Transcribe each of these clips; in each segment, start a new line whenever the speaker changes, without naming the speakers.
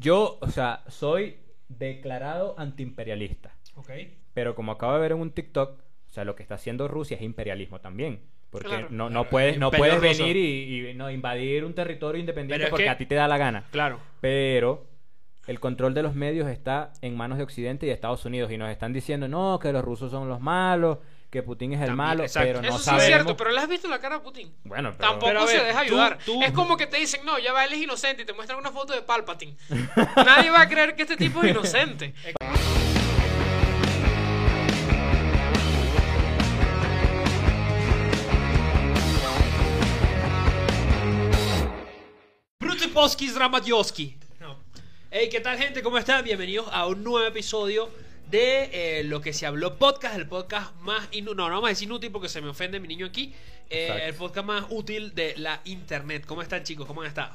Yo, o sea, soy declarado antiimperialista.
Ok.
Pero como acabo de ver en un TikTok, o sea, lo que está haciendo Rusia es imperialismo también. Porque
Claro.
no, no puedes, no
Imperio
puedes
ruso.
venir y, y, no, invadir un territorio independiente
Pero es
porque
que-
a ti te da la gana.
Claro.
Pero el control de los medios está en manos de Occidente y de Estados Unidos. Y nos están diciendo, no, que los rusos son los malos, que Putin es el
También,
malo,
exacto.
pero no
Eso
sabemos.
sí
es
cierto,
pero...
pero le has visto la cara a Putin.
Bueno, pero...
Tampoco
Pero a
se
ver,
deja
tú-
ayudar.
tú-
Es como que te dicen, no, ya va, él es inocente y te muestran una foto de Palpatine. Nadie va a creer que este tipo es inocente.
Eh, Bruty Poskis Ramadioski. No. Hey, ¿qué tal, gente? ¿Cómo están? Bienvenidos a un nuevo episodio de eh, Lo que se habló podcast, el podcast más inútil. No, no vamos a decir inútil porque se me ofende mi niño aquí. Eh,
Exacto.
el podcast más útil de la internet. ¿Cómo están, chicos? ¿Cómo han estado?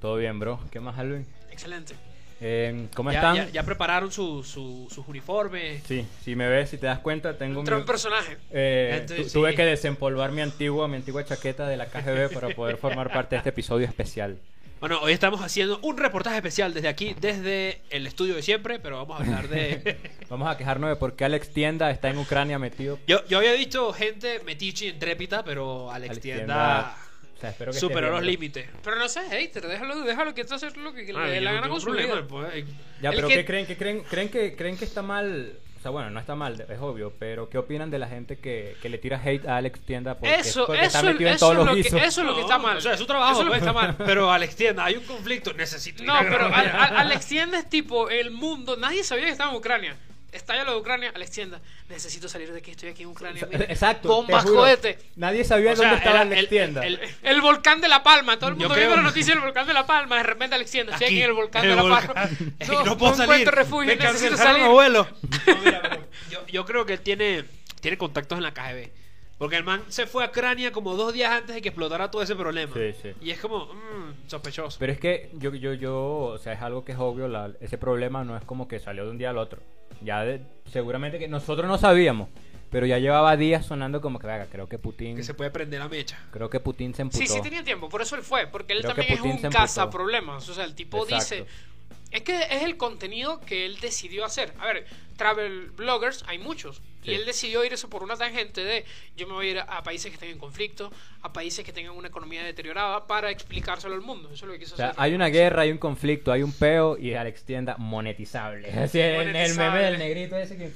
Todo bien, bro. ¿Qué más, Alvin?
Excelente.
Eh, ¿Cómo
Ya,
están?
ya- ya prepararon su- su- sus uniformes.
Sí, si me ves, si te das cuenta, tengo
Entró un
mi...
personaje.
Eh,
Entonces,
tu-
sí.
Tuve que desempolvar mi antigua, mi antigua chaqueta de la KGB para poder formar parte de este episodio especial.
Bueno, hoy estamos haciendo un reportaje especial desde aquí, desde el estudio de siempre, pero vamos a hablar de...
Vamos a quejarnos de por qué Alex Tienda está en Ucrania metido.
yo, yo había visto gente metiche intrépida, pero Alex,
Alex
Tienda
o sea, espero que estés
superó
bien,
los
bro.
límites.
Pero no seas hater, déjalo, déjalo que esto hacer lo que
Ah,
le dé la gana con su vida.
eh.
Ya,
El
pero
que-
¿qué creen? ¿Qué creen? ¿Creen que, creen que está mal? O sea, bueno, no está mal, es obvio, pero ¿qué opinan de la gente que, que le tira hate a Alex Tienda porque,
Eso,
porque
eso,
está
es-
metido en
eso,
todos
es lo
los
que,
guisos?
eso es lo que está mal.
O sea, es su trabajo,
Eso es lo
pues
que
está
está
mal.
mal.
Pero Alex Tienda, hay un conflicto, necesito...
No,
dinero.
pero a- a- Alex Tienda es tipo el mundo. Nadie sabía que estaba en Ucrania. Estalla lo de Ucrania, Alex Tienda. Necesito salir de aquí, estoy aquí en Ucrania. mira.
Exacto.
Bombas,
te juro.
cohete.
Nadie sabía
O sea,
dónde estaba
era
Alex
el-
Tienda.
el-
El volcán de La Palma. Todo el
Yo
mundo
creo-
viendo la noticia del volcán de La Palma. De repente Alex Tienda, estoy aquí en el volcán
en
de
el
La Palma.
volcán.
No,
no puedo
no
salir.
encuentro refugio,
Me
necesito
cancelaron
salir.
los vuelos. No, mira, pero yo, yo creo que él tiene, tiene contactos en la KGB. Porque el man se fue a Ucrania como dos días antes de que explotara todo ese problema.
Sí, sí.
Y es como mm, sospechoso.
Pero es que yo, yo, yo, o sea, es algo que es obvio, la- ese problema no es como que salió de un día al otro. Ya de- seguramente que nosotros no sabíamos, pero ya llevaba días sonando como que, venga, creo que Putin,
que se puede prender la mecha.
creo que Putin se emputó.
Sí, sí tenía tiempo, por eso él fue, porque él
Creo que
también es
Putin se
un
emputó.
caza problemas. O sea, el tipo dice,
Exacto.
es que es el contenido que él decidió hacer. A ver, travel bloggers hay muchos.
Sí.
Y él decidió irse por una tangente de yo me voy a ir a países que estén en conflicto, a países que tengan una economía deteriorada para explicárselo al mundo. Eso es lo que quiso
O sea,
hacer.
hay una guerra, hay un conflicto, hay un peo y Alex Tienda monetizable. Así es, en el meme
Monetizable.
del negrito ese que...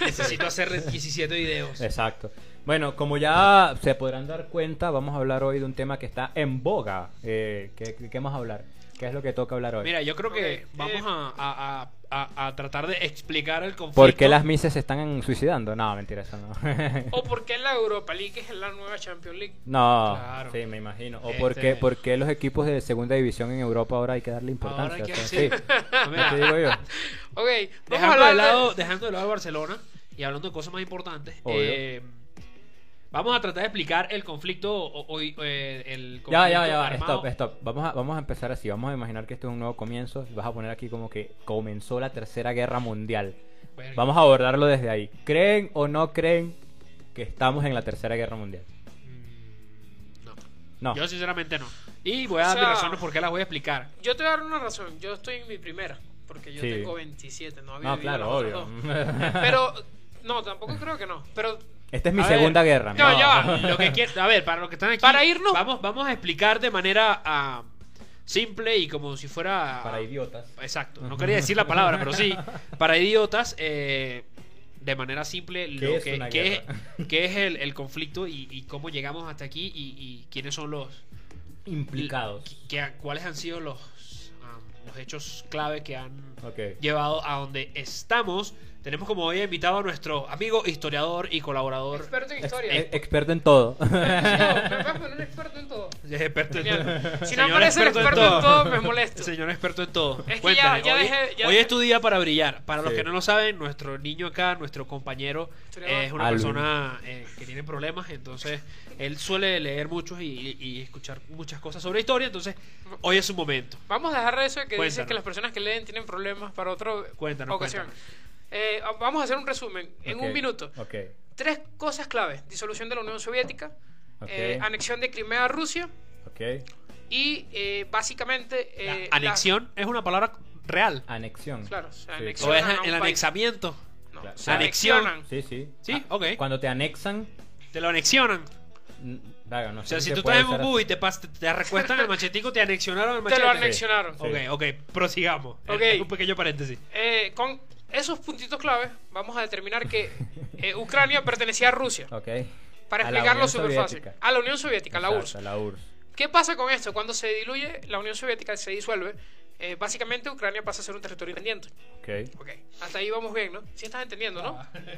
Necesito hacer 17 videos.
Exacto. Bueno, como ya se podrán dar cuenta, vamos a hablar hoy de un tema que está en boga. Eh, ¿qué, qué- qué vamos a hablar? ¿Qué es lo que toca hablar hoy?
Mira, yo creo que
Ok,
vamos
eh.
a, a- a- a- a tratar de explicar el conflicto.
¿Por qué las mises se están suicidando? No, mentira, eso no.
O porque la Europa League es la nueva Champions League.
no,
Claro.
sí, me imagino. ¿O
Este-
por qué, por qué los equipos de segunda división en Europa ahora hay que darle
Ahora
importancia?
hay que
O sea,
hacer-
sí, eso te
Mira,
digo yo.
Ok, vamos a
dejando de
hablar de-
lado, dejando de lado a Barcelona y hablando de cosas más importantes.
Obvio.
eh, vamos a tratar de explicar el conflicto o- hoy, eh, el
Ya,
conflicto
ya, ya,
armado.
stop, eh. stop. Vamos a, vamos a empezar así. Vamos a imaginar que esto es un nuevo comienzo. y Vas a poner aquí como que comenzó la Tercera Guerra Mundial.
Verga.
Vamos a abordarlo desde ahí. ¿Creen o no creen que estamos en la Tercera Guerra Mundial?
Mm, no.
No.
Yo sinceramente no. Y voy a dar
O sea-
mis razones por qué las voy a explicar.
Yo te voy a dar una razón. Yo estoy en mi primera. Porque yo
Sí.
tengo 27. No, había
No,
vivido
claro,
las otras
obvio.
dos. Pero, no, tampoco creo que no. Pero,
Esta es mi
A ver,
segunda guerra.
ya,
no.
ya va.
Lo que quiero, a ver, para los que están aquí,
Para irnos-
vamos, vamos a explicar de manera ah, simple y como si fuera
Para idiotas.
Exacto, no quería decir la palabra, pero sí, para idiotas, eh, de manera simple, lo
es
que,
una
qué
guerra?
es- qué es el, el conflicto y, y cómo llegamos hasta aquí y, y quiénes son los...
Implicados.
que- cuáles han sido los, ah, los hechos clave que han
Ok.
llevado a donde estamos. Tenemos como hoy invitado a nuestro amigo historiador y colaborador.
experto en historia.
E- Experto en todo.
No, me vas a poner experto en todo.
Pues Experto en-
Genial. Si no
señor
aparece el experto en todo, me molesto.
Señor experto en todo.
Es que
Cuéntame,
ya- ya
hoy,
dejé- ya
hoy
dejé-
es tu día para brillar. Para los
Sí.
que no lo saben, nuestro niño acá, nuestro compañero,
Historiador.
es una
Alvin.
persona eh, que tiene problemas. Entonces, él suele leer muchos y, y escuchar muchas cosas sobre historia. Entonces, hoy es su momento.
Vamos a dejar eso de que dicen
Cuéntanos.
que las personas que leen tienen problemas para otra
Cuéntanos,
ocasión. Eh, vamos a hacer un resumen en
Ok,
un minuto.
Ok.
Tres cosas clave. Disolución de la Unión Soviética,
Ok.
eh, anexión de Crimea a Rusia
Ok.
Y eh, básicamente.
La
eh, la-
anexión es una palabra real.
Anexión.
Claro, se
Sí.
O
anexionan
es
a un
el
país.
anexamiento.
No,
Claro.
se
Anexión.
anexionan.
Sí, sí.
Sí,
Ah,
ok.
Cuando te anexan,
Te lo anexionan.
n- vaga, no
O
sé
sea, si
se
tú
puede
estás en
usar
Bumbu y te, pas- te- te recuestan el machetico, te anexionaron el
Te
machete.
lo anexionaron.
Sí.
Ok, ok, prosigamos.
Ok.
Eh, Un pequeño paréntesis.
Eh, con esos puntitos clave, vamos a determinar que eh, Ucrania pertenecía a Rusia.
así. Ok.
Para
A la
explicarlo
Unión
súper fácil.
Soviética.
A la Unión Soviética, a la URSS.
Exacto, la URSS.
¿Qué pasa con esto? Cuando se diluye, la Unión Soviética se disuelve. eh, básicamente Ucrania pasa a ser un territorio independiente.
Ok.
Ok. Hasta ahí vamos bien, ¿no? Sí estás entendiendo, ¿no?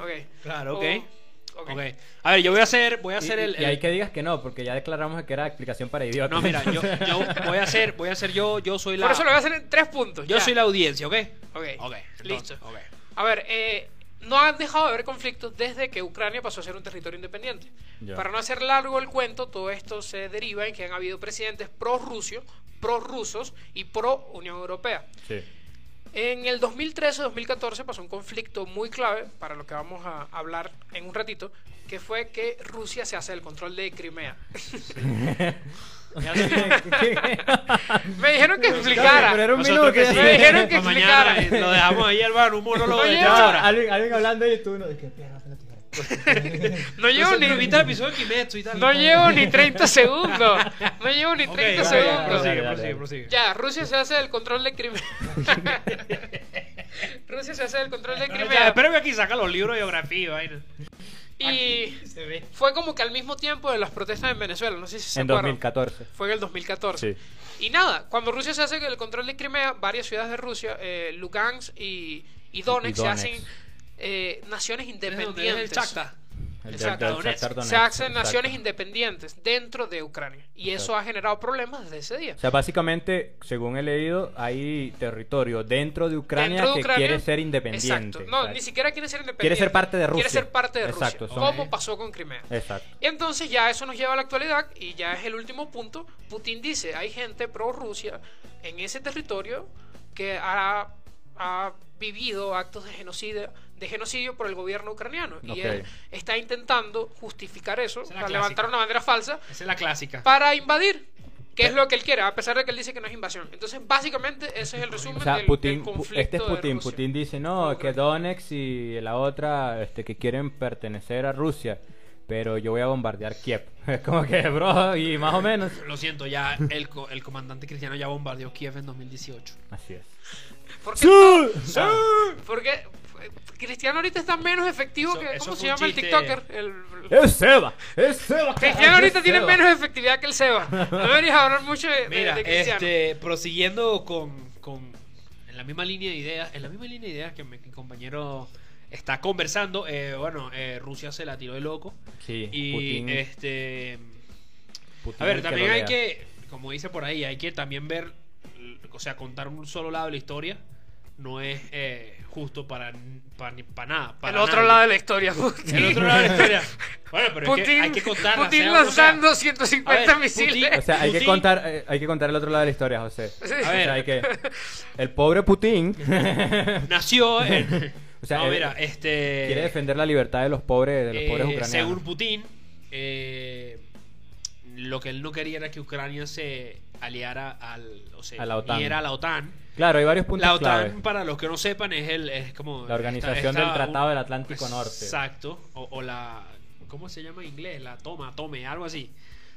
Ok.
Ah. Claro, ok.
O- ok.
Ok. A ver, yo voy a hacer, voy a
Y,
hacer el,
y- y hay
el-
que digas que no, porque ya declaramos que era explicación para idiotas.
No, mira, yo, yo voy a hacer, voy a hacer yo, yo soy la.
Por eso lo voy a hacer en tres puntos.
yo
ya.
soy la audiencia, ¿ok?
Ok,
Ok.
listo.
entonces, ok.
A ver, eh, no han dejado de haber conflictos desde que Ucrania pasó a ser un territorio independiente.
Ya.
Para no hacer largo el cuento, todo esto se deriva en que han habido presidentes pro-rusios, pro-rusos y pro-Unión Europea.
Sí.
En el 2013-2014 pasó un conflicto muy clave para lo que vamos a hablar en un ratito, que fue que Rusia se hace el control de Crimea. Me dijeron
Pero era
que explicara.
un
Nosotros
minuto.
que sí.
Me dijeron que
Pa' mañana,
explicara.
eh, Lo dejamos ahí, hermano, un monólogo de
Oye,
tres horas.
alguien, alguien hablando y tú no. es que-
No llevo
Entonces,
ni
nos viste el episodio de Kimetsu y tal.
No llevo ni 30 segundos. No llevo ni
Ok,
30
ok,
segundos. Dale,
prosigue, prosigue,
dale, dale.
prosigue.
Ya, Rusia se hace el control de Crimea. Rusia se hace el control de
No, ya,
Crimea.
espérame aquí, saca los libros de geografía, y vaina.
Y
Se ve.
fue como que al mismo tiempo de las protestas en Venezuela, no sé si se
En
acuerdan.
2014.
Fue en el 2014. Y nada, cuando Rusia se hace el control de Crimea, varias ciudades de Rusia, eh, Lugansk y, y Donetsk,
Y Donetsk.
se hacen eh, naciones
¿Dónde es el
independientes.
Chacta?
El
Exacto,
del- del
Donetsk.
Shakhtar Donetsk,
se hacen
exacto.
naciones independientes dentro de Ucrania. Y eso
Exacto.
ha generado problemas desde ese día.
O sea, básicamente, según he leído, hay territorio dentro de Ucrania
Dentro de
que
Ucrania,
quiere ser independiente.
Exacto. No,
Exacto.
ni siquiera quiere ser independiente.
Quiere ser parte de
Quiere
Rusia.
ser parte de Rusia.
Exacto, son- Eh.
Como pasó con Crimea.
Exacto.
Y entonces ya eso nos lleva a la actualidad y ya es el último punto. Putin dice, hay gente pro Rusia en ese territorio que ha, ha vivido actos de genocidio, de genocidio por el gobierno ucraniano.
Ok.
Y él está intentando justificar eso,
Esa es la
para levantar
clásica.
una bandera falsa,
Esa es la clásica.
para invadir. Que es lo que él quiere, a pesar de que él dice que no es invasión. Entonces, básicamente, ese es el resumen
O sea,
del, del
Putin, pu-
conflicto.
este es
de
Putin.
Rusia.
Putin dice, no,
Con
que
Ucrania.
Donetsk y la otra, este, que quieren pertenecer a Rusia, pero yo voy a bombardear Kiev. Es como que, bro, y más o menos.
Lo siento, ya el, co- el comandante cristiano ya bombardeó Kiev en 2018.
Así es.
¿Por qué
¡Sí!
Porque Cristiano ahorita está menos efectivo
Eso-
que.
eso
¿Cómo se
fue un
llama el
chiste.
TikToker? El-
¡Es Seba! ¡Es Seba!
Cristiano ahorita
¡Es
tiene
Eh, Seba!
menos efectividad que el Seba. No deberías hablar mucho de, de-
Mira,
de Cristiano.
este, prosiguiendo con, con- en la misma línea de ideas, en la misma línea de ideas que mi, mi compañero está conversando, eh, bueno, eh, Rusia se la tiró de loco
Sí,
y
Putin,
eh,
este,
Putin
a
el
ver,
que
también
lo
hay
vea.
que, como dice por ahí, hay que también ver, l- o sea, contar un solo lado de la historia no es eh, justo para n- para, ni- para nada. Para
el otro
nadie.
lado de la historia.
El otro lado de la historia. Bueno, pero es que
Putin,
hay que contarla.
Putin
sea o no sea.
lanzando
A
150
ver,
misiles.
Putin-
O sea, hay que
Putin-
contar, eh, hay que contar el otro lado de la historia, José.
Sí.
a
O
ver. Eh,
sea, hay que el pobre Putin
Nació en...
O sea,
no,
él
mira, este...
quiere defender la libertad de los pobres, de los
eh,
pobres ucranianos.
Según Putin, eh, lo que él no quería era que Ucrania se aliara al... O sea,
A la OTAN.
uniera a la OTAN.
Claro, hay varios puntos
La OTAN,
clave.
para los que no sepan, es el es como...
La organización del Tratado del Atlántico Norte.
Exacto. O, o la... ¿Cómo se llama en inglés? La toma, tome, algo así.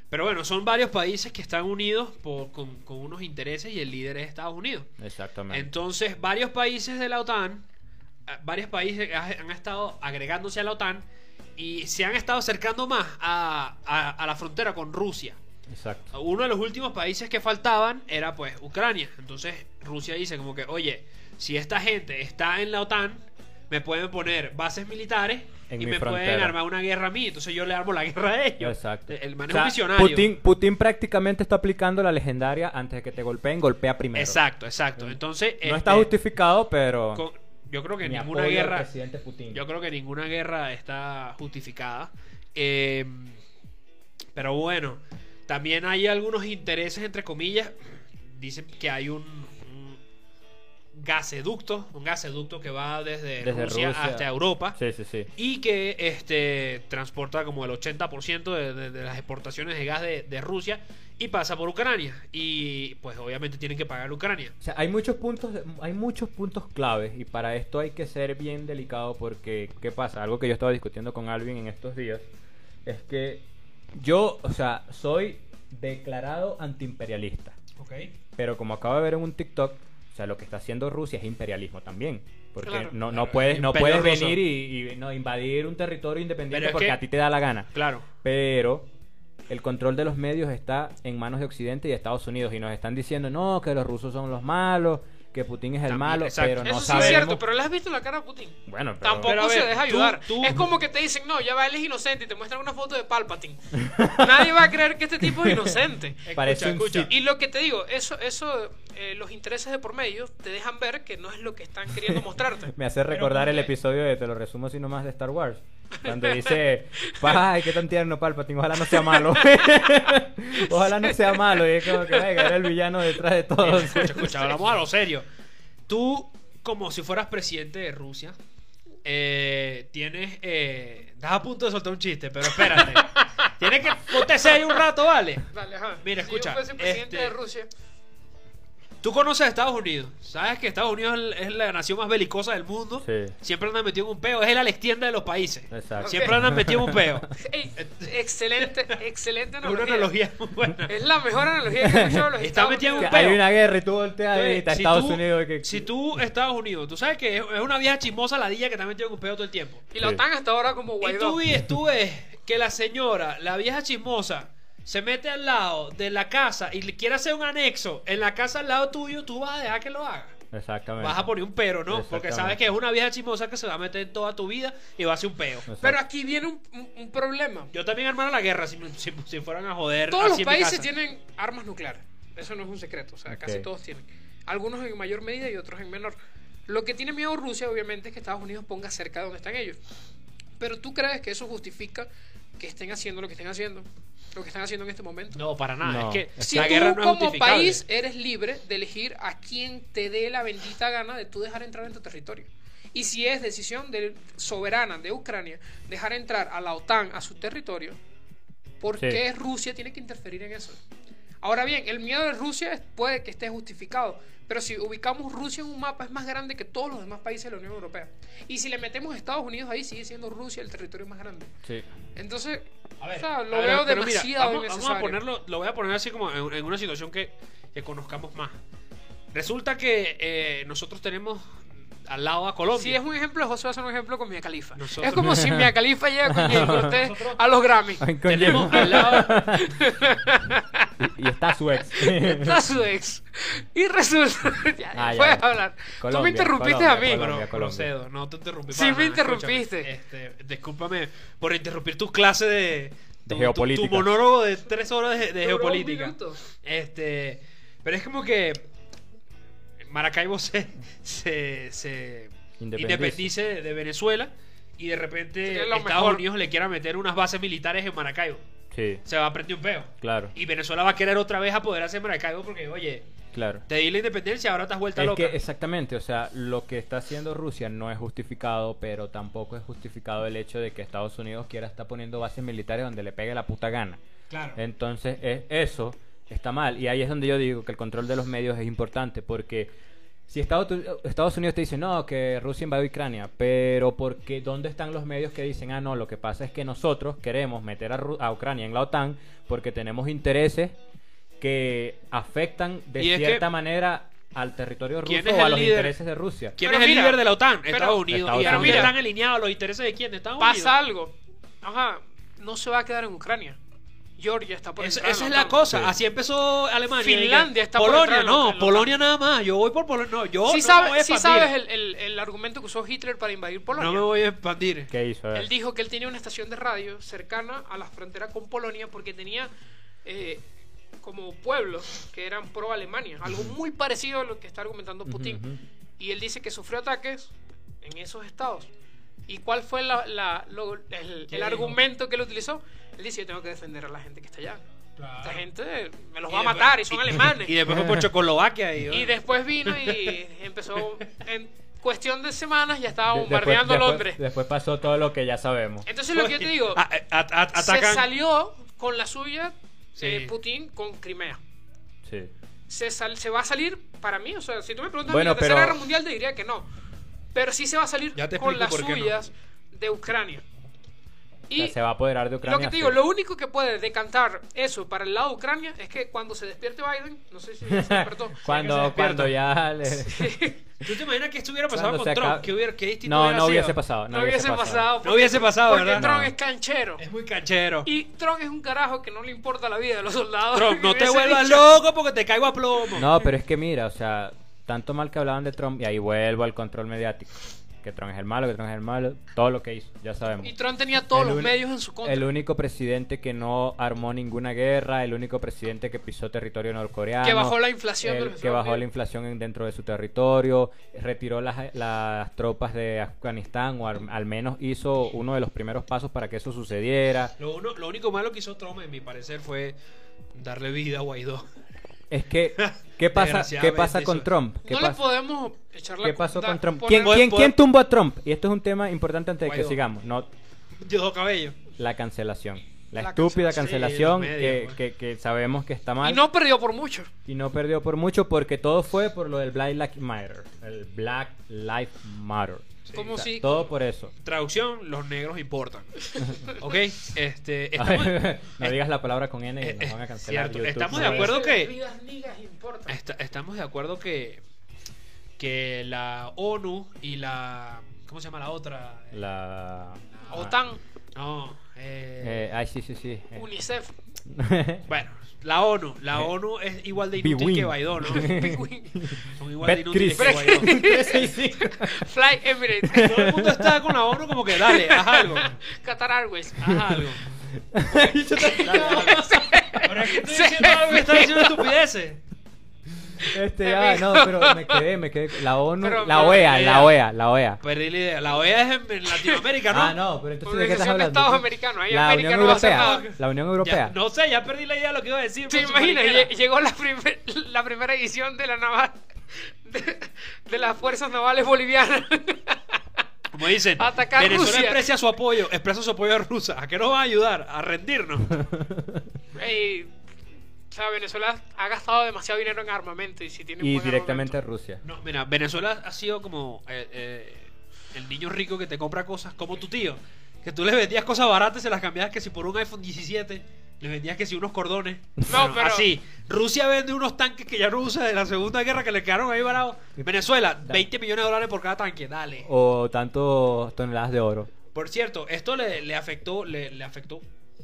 Pero bueno, son varios países que están unidos por- con, con unos intereses y el líder es Estados Unidos.
Exactamente.
Entonces, varios países de la OTAN, eh, varios países ha- han estado agregándose a la OTAN y se han estado acercando más a, a- a la frontera con Rusia.
Exacto.
Uno de los últimos países que faltaban era pues Ucrania. Entonces Rusia dice como que, oye, si esta gente está en la OTAN, me pueden poner bases militares
En
y
mi
me pueden
frontera.
armar una guerra a mí. Entonces yo le armo la guerra a ellos.
Exacto.
El man
O
es
sea,
un visionario.
Putin, Putin prácticamente está aplicando la legendaria antes de que te golpeen, golpea primero.
Exacto, exacto. Entonces...
No está
este,
justificado, pero
con- yo creo que
mi
ninguna
apoyo al
guerra...
presidente Putin.
Yo creo que ninguna guerra está justificada. Eh, pero bueno, también hay algunos intereses, entre comillas. Dicen que hay un, un- un gaseducto, un gaseducto que va desde,
Desde
Rusia,
Rusia.
hasta Europa
Sí, sí, sí.
y que este transporta como el 80% de, de- de las exportaciones de gas de, de Rusia y pasa por Ucrania y pues obviamente tienen que pagar Ucrania.
O sea, hay muchos puntos, hay muchos puntos claves y para esto hay que ser bien delicado porque qué pasa, algo que yo estaba discutiendo con Alvin en estos días es que yo, o sea, soy declarado antiimperialista,
Ok.
pero como acabo de ver en un TikTok, o sea, lo que está haciendo Rusia es imperialismo también, porque
Claro.
no, no
Claro,
puedes, no
imperio
puedes
ruso.
venir y, y, no, invadir un territorio
Pero
independiente
es
porque
que-
a ti te da la gana.
Claro.
Pero el control de los medios está en manos de Occidente y de Estados Unidos y nos están diciendo no, que los rusos son los malos, que Putin es el
También,
malo,
exacto.
pero no
Eso sí
sabemos.
es cierto, pero le has visto la cara a Putin.
Bueno, pero
Tampoco
Pero a
se
ver,
deja
tú-
ayudar.
tú-
Es como que te dicen, no, ya va, él es inocente y te muestran una foto de Palpatine. Nadie va a creer que este tipo es inocente.
Parece un
escucha,
sitio.
Y lo que te digo, eso, eso, eh, los intereses de por medio te dejan ver que no es lo que están queriendo mostrarte.
me hace recordar el episodio de te lo resumo así nomás de Star Wars, donde dice, ay, qué tan tierno Palpatine, ojalá no sea malo. ojalá no sea malo y es como que "Venga, era el villano detrás de todo.
escucha, escucha, hablamos a lo serio. Tú, como si fueras presidente de Rusia, eh, tienes. Eh, estás a punto de soltar un chiste, pero espérate. tienes que ponte serio un rato, ¿vale?
Dale, ajá.
Mira,
si
escucha,
Yo fuese presidente
este-
de Rusia.
Tú conoces a Estados Unidos. Sabes que Estados Unidos es la nación más belicosa del mundo.
Sí.
Siempre andan metido en un peo. Es el Alex Tienda de los países.
Exacto.
Siempre andan metido en un peo.
Ey, excelente, excelente
Es una
analogía.
analogía muy buena.
Es la mejor analogía que he escuchado de los
Está
Estados
metido en
Que
Unidos.
hay una guerra y tú volteas
Entonces,
ahorita a
si
Estados
tú-
Unidos. Que...
Si tú, Estados Unidos, tú sabes que es es una vieja chismosa ladilla que también tiene un peo todo el tiempo.
Y la
Sí.
OTAN hasta ahora como
Y
Guaidó.
tú, ves- tú ves que la señora, la vieja chismosa, se mete al lado de la casa y le quiere hacer un anexo en la casa al lado tuyo, tú vas a dejar que lo haga.
Exactamente.
Vas a poner un pero, ¿no?
Exactamente.
Porque sabes que es una vieja chismosa que se va a meter en toda tu vida y va a hacer un peo.
Exacto.
Pero aquí viene un, un- un problema.
Yo también armara la guerra si, me- si- si fueran a joder.
Todos los
así en mi
países
casa.
tienen armas nucleares. Eso no es un secreto. O sea, casi
Ok.
todos tienen. Algunos en mayor medida y otros en menor. Lo que tiene miedo Rusia, obviamente, es que Estados Unidos ponga cerca de donde están ellos. Pero tú crees que eso justifica que estén haciendo lo que estén haciendo, lo que están haciendo en este momento.
No, para nada.
No.
Es que
Si
la
tú
guerra no es
como
justificable.
país eres libre de elegir a quien te dé la bendita gana de tú dejar entrar en tu territorio. Y si es decisión del soberana de Ucrania dejar entrar a la OTAN a su territorio, ¿por
Sí.
qué Rusia tiene que interferir en eso? Ahora bien, el miedo de Rusia es- puede que esté justificado, pero si ubicamos Rusia en un mapa es más grande que todos los demás países de la Unión Europea. Y si le metemos a Estados Unidos ahí, sigue siendo Rusia el territorio más grande.
Sí.
Entonces,
A ver,
o sea, lo
a ver,
veo
pero mira,
demasiado
vamos, vamos a
innecesario.
ponerlo, lo voy a poner así como en, en una situación que, que conozcamos más. Resulta que eh, nosotros tenemos al lado a Colombia.
Si es un ejemplo, José va a hacer un ejemplo con Mia Califa.
Nosotros-
Es como si Mia Califa llega con Jay Cortés a los Grammy.
Ay, coño.
tenemos al lado,
Y, y está su ex.
Está su ex. Y resulta. ya,
Ah, ya.
puedes hablar. Tú me
Colombia,
interrumpiste
Colombia,
a mí.
Colombia.
Pero procedo, no te interrumpí.
Sí
para
me
nada, escúchame.
interrumpiste.
Este, discúlpame por interrumpir tu clase de, tu- tu-
geopolítica.
Tu, monólogo de tres horas de, de
Duró un
geopolítica.
minuto.
Este, pero es como que Maracaibo se, se, se
Independice.
independice de, de Venezuela y de repente
Sería lo
Estados
mejor.
Unidos le quiera meter unas bases militares en Maracaibo.
Sí,
Se va a prender un peo.
claro,
Y Venezuela va a querer otra vez apoderarse de Maracaibo porque, oye,
claro.
te di la independencia, ahora estás vuelta
Es
loca.
que exactamente, o sea, lo que está haciendo Rusia no es justificado, pero tampoco es justificado el hecho de que Estados Unidos quiera estar poniendo bases militares donde le pegue la puta gana.
Claro.
Entonces, es- eso está mal. Y ahí es donde yo digo que el control de los medios es importante, porque si Estados, Estados Unidos te dice, no, que Rusia invadió Ucrania, pero porque ¿dónde están los medios que dicen, ah, no, lo que pasa es que nosotros queremos meter a, Ru- a Ucrania en la OTAN porque tenemos intereses que afectan de
Y es que-
cierta manera al territorio ruso
¿Quién es
o a
el
los
líder?
intereses de Rusia?
¿Quién
Pero
es el
mira,
líder de la OTAN?
pero-
Estados Unidos.
Estados
¿Y a dónde
Unidos.
están alineados los intereses de quién? De Estados Unidos.
Pasa algo. Ajá. No se va a quedar en Ucrania. Georgia está por
Es-
entrar
esa
en
es
la
la
OTAN.
cosa. Así empezó Alemania.
Finlandia
Y que-
está por
Polonia,
entrar en la
no.
OTAN.
Polonia nada más. Yo voy por Polonia. No, yo no
Sí
me voy a
sabes, sí
expandir.
sabes el, el- el argumento que usó Hitler para invadir Polonia.
No me voy a expandir.
¿Qué hizo? A ver.
Él dijo que él tenía una estación de radio cercana a la frontera con Polonia porque tenía eh, como pueblos que eran pro Alemania, algo muy parecido a lo que está argumentando Putin.
Ujú, ujú.
Y él dice que sufrió ataques en esos estados. ¿Y cuál fue la- la- lo- el, el
dijo?
argumento que él utilizó? Él dice, yo tengo que defender a la gente que está allá. Esta gente me los
Ah. Y
va a
después-
matar y son
y-
alemanes.
Y después fue por Checoslovaquia. Y,
Y después vino y empezó en cuestión de semanas ya estaba
De-
Ah, bombardeando
después-
Londres.
Después, después pasó todo lo que ya sabemos.
Entonces lo que yo te digo,
A- a- a-
se
atacan.
salió con la suya
Sí.
eh, Putin con Crimea.
Sí.
Se, sal- se va a salir para mí, o sea, si tú me preguntas
Bueno,
de la Tercera
pero-
Guerra Mundial te diría que no. Pero sí se va a salir
Ya te
con las
explico por qué no.
suyas de Ucrania.
Ya
Y
se va a apoderar de Ucrania.
lo que te digo,
sí.
lo único que puede decantar eso para el lado de Ucrania es que cuando se despierte Biden, no sé si ya se despertó.
se
cuando,
despierta.
cuando ya le-
¿Tú te imaginas que esto hubiera pasado
Cuando
con
se
Trump?
acabe-
¿Qué, hubiera, qué distinto
No,
hubiera
no
sido?
hubiese pasado. No, hubiese pasado.
No hubiese pasado,
porque
¿verdad?
Trump
No.
es canchero.
Es muy canchero.
Y Tron es un carajo que no le importa la vida de los soldados.
Trump, no te
Hubiese
vuelvas
dicho,
loco porque te caigo a plomo.
No, pero es que mira, o sea, tanto mal que hablaban de Trump, y ahí vuelvo al control mediático. Que Trump es el malo, que Trump es el malo, todo lo que hizo, ya sabemos.
Y Tron tenía todos
El
los
uni-
medios en su contra.
El único presidente que no armó ninguna guerra, el único presidente que pisó territorio norcoreano.
Que bajó la inflación de
el
los
que
Estados
bajó la
Unidos.
inflación en- dentro de su territorio, retiró las, las tropas de Afganistán o al, al menos hizo uno de los primeros pasos para que eso sucediera.
Lo, uno- lo único malo que hizo Trump, en mi parecer, fue darle vida a Guaidó.
Es que, ¿qué pasa,
Desgraciadamente
¿qué pasa con
eso.
Trump? ¿Qué
no le
pasa?
podemos echar la
¿Qué pasó
culpa-
con Trump?
poner-
¿Quién,
Poder-
quién,
poder-
quién tumbó a Trump? Y esto es un tema importante antes de que
Guaidó.
sigamos. No,
Dios cabello.
la cancelación. La,
La
estúpida
cancelación.
cancelación,
Sí, los
que,
medios, pues.
que- que sabemos que está mal.
Y no perdió por mucho.
y no perdió por mucho porque todo fue por lo del Black Lives Matter. El Black Lives Matter.
como
O sea,
si.
Todo por eso.
Traducción, los negros importan. ¿Ok? Este,
A
estamos,
ver,
Eh,
no digas la palabra con N
eh,
y nos van a cancelar.
cierto,
YouTube.
estamos de
Pues,
No,
acuerdo que-
Vidas niggas importan.
Esta- estamos de acuerdo que, que la ONU y la... ¿Cómo se llama la otra?
La...
ah, OTAN,
No. eh,
Eh, ay, sí, sí, sí. eh.
UNICEF,
Bueno, la ONU. La ONU es igual de inútil
Bwin.
que Guaidó, ¿no? Son igual de
Bet
inútiles que
Chris.
Guaidó.
Sí, sí.
Fly Emirates,
Todo el mundo está con la ONU como que dale, haz algo.
Qatar Airways.
Haz algo. Pero es que estoy
Se
diciendo algo que está diciendo
olvidó.
estupideces.
Este, ah, no, pero me quedé, me quedé. La ONU,
Pero-
la
pero-
OEA, la OEA, la OEA.
Perdí la idea. La OEA es en, en Latinoamérica, ¿no?
Ah, no, pero entonces ¿de qué estás
Organización de
hablando?
Estados Americanos, ahí
la
América
Unión
no va a hacer
Europea.
nada.
La Unión
Ya,
Europea.
no sé, ya perdí la idea de lo que iba a decir.
¿Te
pero
imaginas?
mariquera.
Lle- Llegó la, primer- la primera edición de la naval. De, de las fuerzas navales bolivianas.
Como dicen,
Atacar
Venezuela
Rusia.
expresa su apoyo, expresa su apoyo a Rusia. ¿A qué nos va a ayudar? A rendirnos.
Ey, o sea, Venezuela ha gastado demasiado dinero en armamento y si tiene un
Y
buen
directamente a
armamento-
Rusia.
No, mira, Venezuela ha sido como eh, eh, el niño rico que te compra cosas, como tu tío. Que tú les vendías cosas baratas y se las cambiabas que si por un iPhone 17, les vendías que si unos cordones.
pero-
Así, Rusia vende unos tanques que ya no usa de la Segunda Guerra que le quedaron ahí varados. Venezuela, 20 millones de dólares por cada tanque, dale.
O tanto toneladas de oro.
Por cierto, esto le, le afectó, le, le afectó,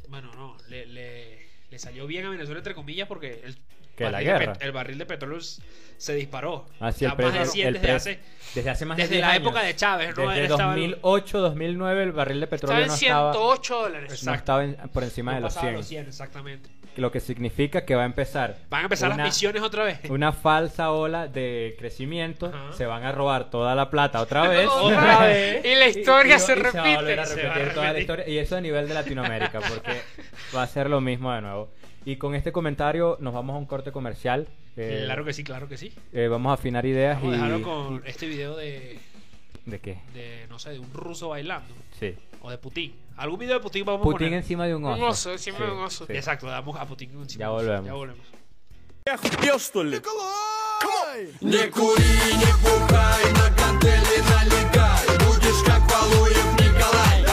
bueno, no, le, le- le salió bien a Venezuela, entre comillas, porque el,
Que la
barril de
guerra.
pet- el barril de petróleo s- se disparó.
Así
Ya
Ah, el
más de
precio-
100
el
desde
pre-
hace...
Desde hace más de
desde
10
la
años.
época de Chávez, ¿no?
Desde
Él estaba-
2008, 2009 el barril de
Estaba
petróleo
en
no estaba,
108 dólares.
no estaba en- por encima
no
de los
pasaba
100.
los 100, exactamente.
Lo que significa que va a empezar
Van a empezar
una-
las misiones otra vez.
una falsa ola de crecimiento,
Ajá.
se van a robar toda la plata otra vez.
Otra vez.
Y la historia se
y va a volver
repite.
a
Se va a
repetir toda la
repetir.
historia. Y eso a nivel de Latinoamérica, porque va a ser lo mismo de nuevo. Y con este comentario nos vamos a un corte comercial. Eh,
Claro que sí, claro que sí.
eh, vamos a afinar ideas
Vamos a
y...
dejarlo con este video de,
¿De qué?
de, no sé, de un ruso bailando.
Sí.
O de Putin. Algún video de Putin vamos a
Putin
poner.
encima de un
Un
oso.
oso, encima de un oso.
sí.
Exacto, damos a Putin encima.
Ya volvemos.
Ya volvemos.
Я что ли?
Не кури, не бухай, на гантели налегай Будешь как Валуев Николай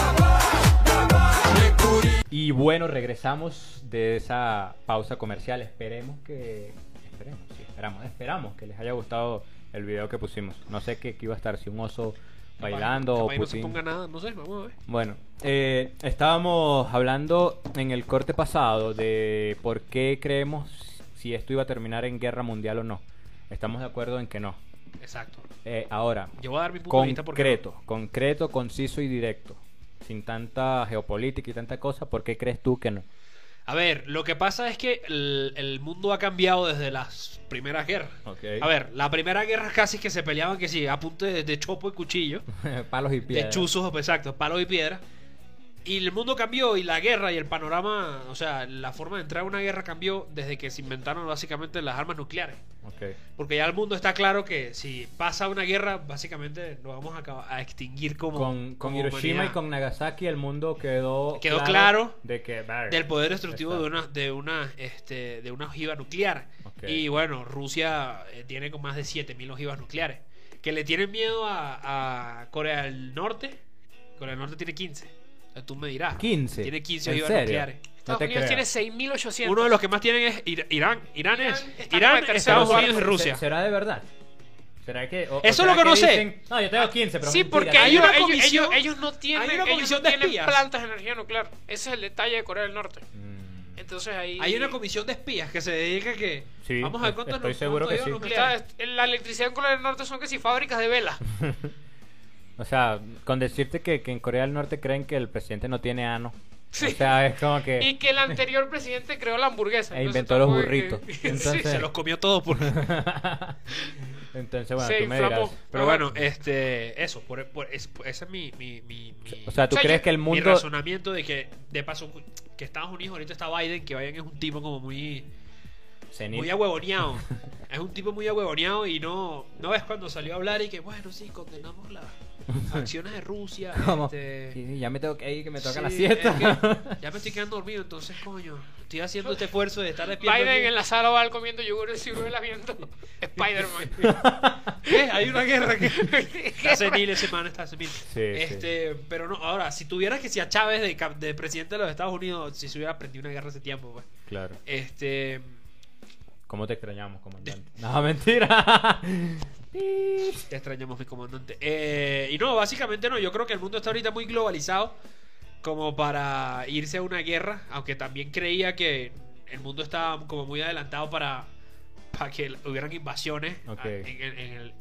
Не кури,
Y bueno, regresamos de esa pausa comercial. Esperemos que... Esperemos, sí, esperamos, esperamos que les haya gustado el video que pusimos. No sé qué, qué iba a estar, si un oso bailando
Capaz
o
ahí no se
Putin.
ponga nada, no sé, vamos a ver.
Bueno, eh, estábamos hablando en el corte pasado de por qué creemos si esto iba a terminar en guerra mundial o no. Estamos de acuerdo en que no.
Exacto.
Eh, ahora,
Yo voy a dar mi punto de vista porque.
concreto, concreto, conciso y directo. Sin tanta geopolítica y tanta cosa, ¿por qué crees tú que no?
A ver, lo que pasa es que el, el mundo ha cambiado desde las primeras guerras. A ver, la primera guerra casi que se peleaban que sí, a punto de, pues, de chopo y cuchillo.
palos y piedras.
de chuzos, exacto, palos y piedras. Y el mundo cambió y la guerra y el panorama, o sea, la forma de entrar a una guerra cambió desde que se inventaron básicamente las armas nucleares.
Ok.
Porque ya el mundo está claro que si pasa una guerra, básicamente nos vamos a, acab- a extinguir como.
Con, con
como
Hiroshima y
humanidad.
con Nagasaki el mundo quedó,
Quedó claro
de que, verga,
del poder destructivo
está.
de una de una este de una ojiva nuclear
Ok.
y bueno Rusia eh, tiene con más de 7000 ojivas nucleares que le tienen miedo a, a Corea del Norte Corea del Norte tiene 15 O sea, tú me dirás
15.
tiene 15
¿En
ojivas
serio?
nucleares
No
Estados
te
Unidos
creo.
tiene 6.800.
uno de los que más tienen es Ir- Irán Irán es
Irán está como
Irán
el tercero,
Estados
sí.
Unidos y
¿Se-
Rusia
¿Será de verdad? ¿Será que.? o- o
Eso es
será
lo que no sé.
dicen, no, yo tengo 15, pero.
Sí,
mentira, hay
porque
hay
ellos,
una
ellos-
comisión-
ellos- ellos no tienen,
hay una
ellos
comisión
no
de
tienen
espías.
plantas de energía nuclear. Ese es el detalle de Corea del Norte.
Mm,
Entonces ahí.
hay una comisión de espías que se dedica a que
Sí,
vamos a ver cuántos
estoy
nu-
seguro
cuántos
que
ojivas
sí.
Está-
nucleares.
la electricidad en Corea del Norte son que si fábricas de velas.
O sea, con decirte que, que en Corea del Norte creen que el presidente no tiene ano. O sea, es como que.
Y que el anterior presidente creó la hamburguesa.
Eh. E
Entonces,
inventó los
tampoco es
burritos.
que- Sí,
Entonces,
se los comió pues. todos por
entonces bueno,
Se
tú me dirás.
inflamó.
Pero
Ajá.
bueno, este, eso, por, por- es, por- ese es mi, mi, mi, mi-
O sea, ¿tú
O sea,
crees
yo-
que el
mi
mundo.
razonamiento de que, de paso, que Estados Unidos ahorita está Biden, que Biden es un tipo como muy,
Senil.
muy ahuevoneado. es un tipo muy ahuevoneado y no, no ves cuando salió a hablar y que, bueno, sí, condenamos las acciones de Rusia.
Como,
este,
sí, sí, ya me tengo que ir, que me toca la
sí,
siesta.
es que ya me estoy quedando dormido, entonces, coño, estoy haciendo este esfuerzo de estar despierto.
Biden
aquí.
en la sala va comiendo yogur y ciruela viendo Spider-Man.
¿Qué? Hay una guerra que... Está senil ese man, está senil.
sí.
este, Pero no, ahora, si tuvieras que si a Chávez de, cap- de presidente de los Estados Unidos, si se hubiera aprendido una guerra hace tiempo, pues.
Claro.
Este.
¿Cómo te extrañamos, comandante? No, mentira.
Te extrañamos, mi comandante. Eh, y no, básicamente no. Yo creo que el mundo está ahorita muy globalizado como para irse a una guerra. Aunque también creía que el mundo estaba como muy adelantado para, para que hubieran invasiones
Ok.
a- en, en- en el.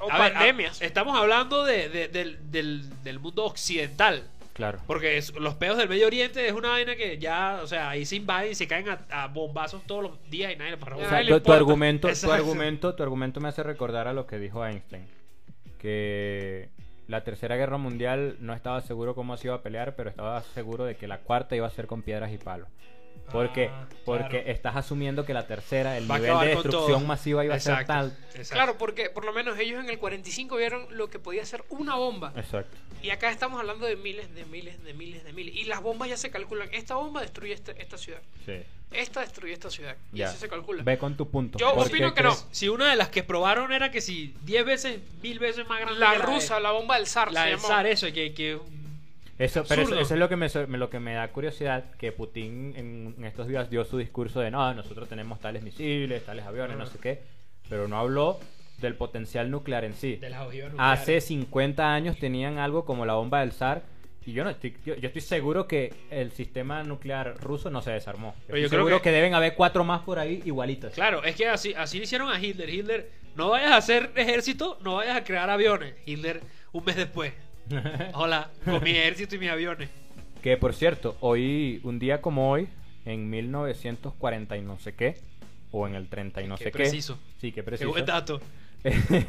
o
A ver, a-
pandemias.
estamos hablando de- de- del, del- del mundo occidental.
claro.
Porque es- los peos del Medio Oriente es una vaina que ya, o sea, ahí se invaden y se caen a, a bombazos todos los días y nadie les para
O
a
sea,
nadie le
tu, tu
importa.
argumento, tu
Exacto.
argumento, tu argumento me hace recordar a lo que dijo Einstein, que la tercera guerra mundial no estaba seguro cómo se iba a pelear, pero estaba seguro de que la cuarta iba a ser con piedras y palos. Porque,
Ah,
porque
claro.
estás asumiendo que la tercera, el
Va a
nivel de
acabar con
destrucción
todo.
masiva iba a ser
Exacto,
tal.
exacto.
Claro, porque por lo menos ellos en el 45 vieron lo que podía ser una bomba.
Exacto.
Y acá estamos hablando de miles, de miles, de miles, de miles. Y las bombas ya se calculan. Esta bomba destruye este- esta ciudad.
Sí.
Esta destruye esta ciudad. Y
Ya.
así se calcula.
Ve con tu punto.
Yo
¿Por
opino
qué
que no.
crees-
Si una de las que probaron era que si 10 veces, 1000 veces más grande
la
que
rusa,
de-
la bomba del zar.
la
se
del
llamó.
zar, eso, que, que
Eso, pero eso,
Absurdo.
eso es lo que, me, sor- me- lo que me da curiosidad, que Putin en, en estos días dio su discurso de, no, nosotros tenemos tales misiles, tales aviones, no
Ajá.
sé qué, pero no habló del potencial nuclear en Ah, sí.
de las ojivas nucleares.
Hace 50 años tenían algo como la bomba del zar y yo no estoy, yo, yo estoy seguro que el sistema nuclear ruso no se desarmó. Yo
Pero
estoy
yo creo
seguro
que-
que... deben haber cuatro más por ahí igualitas.
Claro, es que así, así le hicieron a Hitler. Hitler, no vayas a hacer ejército, no vayas a crear aviones. Hitler, un mes después. Hola, con mi ejército y mis aviones.
Que por cierto, hoy, un día como hoy, en 1940 y no sé qué, o en el 30 y no
Qué
sé qué.
preciso.
Sí, qué
Qué
preciso.
buen dato.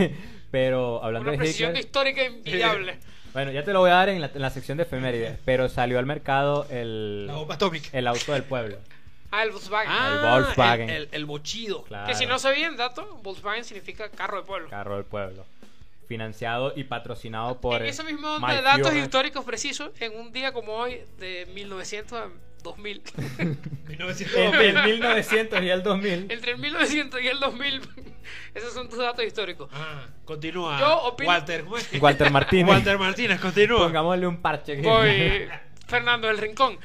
pero hablando
Una
de
precisión
Hitler,
histórica envidiable.
bueno, ya te lo voy a dar en la, en la sección de efemérides, pero salió al mercado el,
La bomba atómica.
el auto del pueblo.
Ah, el Volkswagen.
Eh, Volkswagen.
El, el, el bochido.
Claro,
que si no sabían dato, Volkswagen significa carro de pueblo.
carro del pueblo. Financiado y patrocinado por
en ese mismo onda
Mike
de datos
Fury.
históricos precisos, en un día como hoy, de 1900 a 2000.
1900.
Entre el 1900 y el 2000.
Entre el 1900 y el 2000, esos son tus datos históricos.
Ah, continúa.
Yo opino-
Walter, ¿cómo es?
Walter Martínez.
Walter Martínez, continúa.
Pongámosle un parche.
Voy, Fernando del Rincón.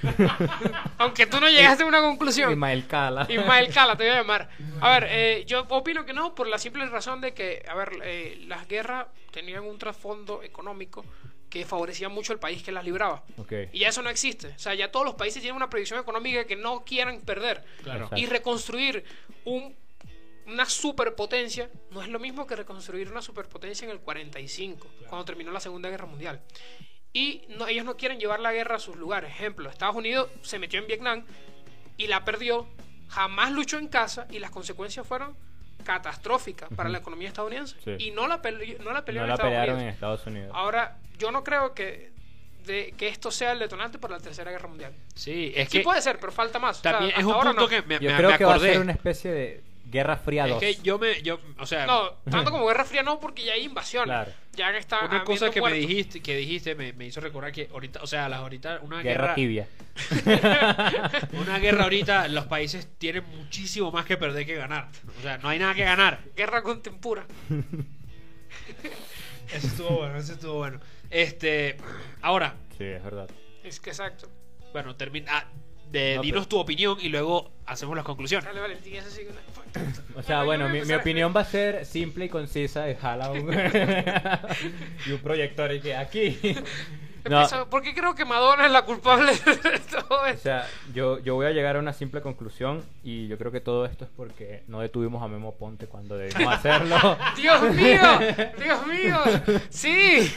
Aunque tú no llegaste a una conclusión.
Ismael Cala.
Ismael Cala, te voy a llamar. A ver, eh, yo opino que no, por la simple razón de que, a ver, eh, las guerras tenían un trasfondo económico que favorecía mucho al país que las libraba.
Ok.
Y ya eso no existe. O sea, ya todos los países tienen una previsión económica que no quieran perder.
Claro.
Exacto.
Y reconstruir un- una superpotencia no es lo mismo que reconstruir una superpotencia en el 45, cuando terminó la Segunda Guerra Mundial. Y no- ellos no quieren llevar la guerra a sus lugares. Ejemplo, Estados Unidos se metió en Vietnam y la perdió, jamás luchó en casa y las consecuencias fueron catastróficas para la economía estadounidense.
Sí.
Y no la, peleó no la peleó
No
en
la
Estados
pelearon en
Unidos.
Estados Unidos.
Ahora, yo no creo que de que esto sea el detonante para la Tercera Guerra Mundial.
Sí, es
Sí
que
puede ser, pero falta más. O sea,
también es
hasta
un
ahora
punto
no.
que me,
Yo
me-
creo
me
que va a
acordé.
ser una especie de Guerra Fría 2.
Es que yo me. Yo, o sea,
No, tanto como Guerra Fría no, porque ya hay invasiones.
Claro.
Ya que está
una cosa
habiendo
que me
muertos.
dijiste, que dijiste me, me hizo recordar que ahorita, o sea, las ahorita, una
guerra,
guerra.
tibia.
una guerra ahorita, los países tienen muchísimo más que perder que ganar. O sea, no hay nada que ganar.
Guerra con tempura.
Eso estuvo bueno, eso estuvo bueno. Este. Ahora,
Sí, es verdad.
Es que exacto.
bueno, termina. ah, de-
No,
dinos
pero-
tu opinión y luego hacemos las conclusiones.
Dale, Valentín, eso sí.
O sea,
Ay,
bueno,
no eh. voy a
mi, mi
empezar.
opinión va a ser simple y concisa. Y jala un, y un proyector y que aquí. No,
Empiezo- ¿Por qué creo que Madonna es la culpable de todo
o
esto?
sea, yo, yo voy a llegar a una simple conclusión y yo creo que todo esto es porque no detuvimos a Memo Ponte cuando debimos hacerlo.
Dios mío, Dios mío, sí,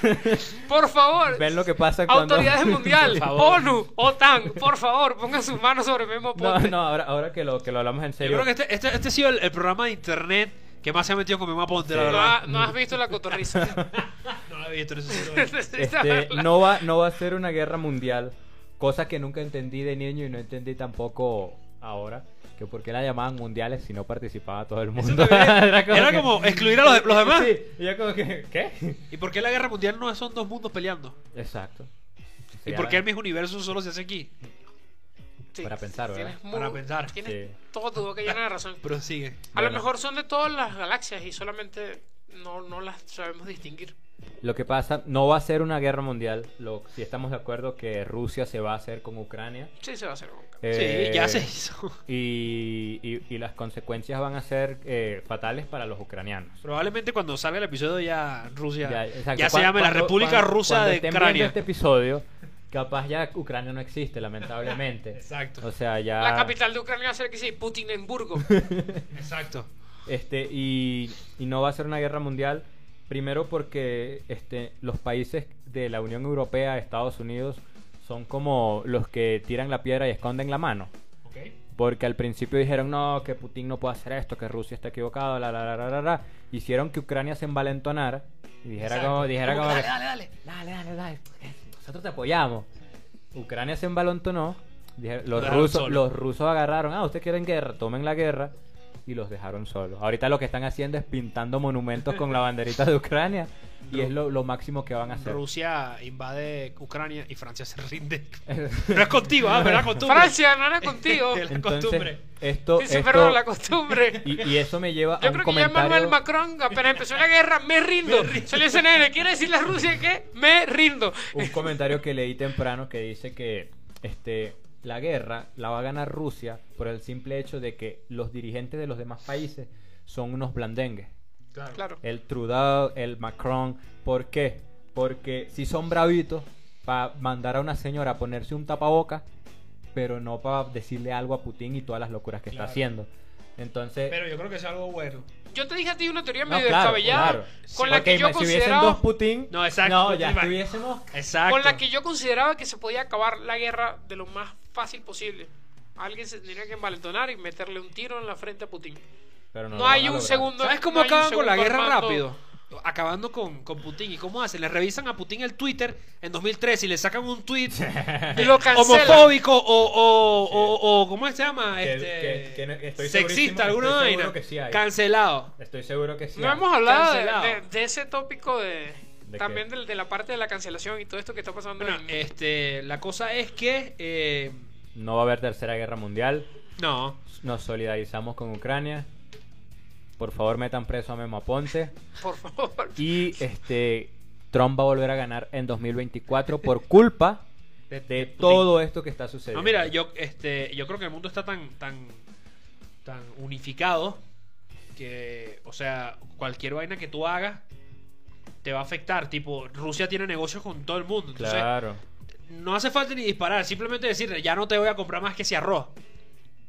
por favor.
Ven lo que pasa cuando...
Autoridades mundial,
Por favor.
ONU, OTAN, por favor, pongan sus manos sobre Memo
No,
Ponte.
no, ahora, ahora que, lo, que lo hablamos en
Yo
serio.
creo que este, este, este ha sido el, el programa de internet que más se ha metido con mi mapa ponte, la
Sí.
No
verdad.
ha- no has visto la cotorriza.
No lo he visto, eso sí lo he visto.
Necesitas
Este,
verla.
no, va, no va a ser una guerra mundial, cosa que nunca entendí de niño y no entendí tampoco ahora, que por qué la llamaban mundiales si no participaba todo el mundo.
Era como, excluir a los, de- los demás.
Sí, y yo como que, ¿qué?
¿Y por qué la guerra mundial no son dos mundos peleando?
Exacto.
¿Y por qué el mis universo solo se hace aquí?
Sí,
para pensar, ¿verdad?
tienes
Para pensar.
Tienes
Sí.
todo tu boca llena de razón.
Pero sigue.
A
Bueno.
lo mejor son de todas las galaxias y solamente no, no las sabemos distinguir.
Lo que pasa, no va a ser una guerra mundial, lo, si estamos de acuerdo que Rusia se va a hacer con Ucrania.
Sí, se va a hacer nunca.
Eh,
Sí, ya se hizo.
Y, y- y las consecuencias van a ser eh, fatales para los ucranianos.
Probablemente cuando salga el episodio ya Rusia. Ya,
exacto.
se
Cuan-
llama la
cuando-
República
cuando-
Rusa
cuando
de
estén
Ucrania.
viendo este episodio, capaz ya Ucrania no existe, lamentablemente.
Exacto,
O sea, ya.
La capital de Ucrania va a ser que sí, Putinenburgo.
exacto.
Este, y, y no va a ser una guerra mundial. Primero porque este, los países de la Unión Europea, Estados Unidos, son como los que tiran la piedra y esconden la mano. Porque al principio dijeron, no, que Putin no puede hacer esto, que Rusia está equivocado, la, la, la, la, la, la. Hicieron que Ucrania se envalentonara y dijera
Exacto.
como, dijera
Como
como
que,
que,
dale, dale,
Dale, dale, dale. Nosotros te apoyamos. Ucrania se embalontonó. Dijeron- Los
Dejaron
rusos,
solo.
los rusos agarraron. Ah, ustedes quieren guerra. Tomen la guerra. Y los dejaron solos. Ahorita lo que están haciendo es pintando monumentos con la banderita de Ucrania. Y es lo, lo máximo que van a
dale.
hacer.
Rusia invade Ucrania y Francia se rinde. No es contigo, ah, pero la costumbre.
Francia, no era contigo.
El-
Sí,
la
Entonces,
costumbre.
esto.
sí,
esto-
perdón, la costumbre.
y, y eso me lleva a
Yo
un
creo que ya Manuel
comentario.
Macron apenas empezó la guerra, me rindo. Salió CNN, quiere decirle a Rusia que me rindo.
un comentario que leí temprano que dice que este la guerra la va a ganar Rusia por el simple hecho de que los dirigentes de los demás países son unos blandengues.
Claro.
El Trudeau, el Macron, ¿por qué? Porque si son bravitos para mandar a una señora a ponerse un tapaboca, pero no para decirle algo a Putin y todas las locuras que
Claro.
está haciendo. Entonces,
Pero yo creo que es algo bueno.
Yo te dije a ti una teoría
no,
medio
claro,
descabellada
claro.
con la
Ok,
que yo
si hubiesen
consideraba
dos Putin,
No, exacto.
no, ya
Iba-
estuviésemos
Exacto.
con la que yo consideraba que se podía acabar la guerra de lo más fácil posible. Alguien se tendría que envalentonar y meterle un tiro en la frente a Putin.
pero
No,
lo van
hay
a
un
lograr.
segundo.
¿Sabes
no
cómo
hay un
acaban con la
segundo
guerra
armando.
rápido? Acabando con, con Putin. ¿Y cómo hacen? Le revisan a Putin el Twitter en 2003 y le sacan un tweet
Y lo cancelan.
homofóbico o, o, o, o- ¿cómo se llama?
Que-
Este,
que- que no- estoy segurísimo-
sexista, alguna
estoy seguro
vaina.
que sí hay.
Cancelado.
Estoy seguro que sí.
No hemos hablado de,
Cancelado.
de- de ese tópico de,
¿De
también
qué?
del- de, la parte de la cancelación y todo esto que está pasando.
Bueno,
en-
este, la cosa es que eh,
No va a haber tercera guerra mundial.
no.
Nos solidarizamos con Ucrania. Por favor, metan preso a Memo Aponte.
Por favor.
Y este Trump va a volver a ganar en 2024 por culpa
De,
de
Putin.
todo esto que está sucediendo.
No, mira, yo, este, yo creo que el mundo está tan, tan, tan unificado que, o sea, cualquier vaina que tú hagas te va a afectar. Tipo, Rusia tiene negocios con todo el mundo. Entonces,
Claro.
no hace falta ni disparar. Simplemente decirle, ya no te voy a comprar más que si arroz.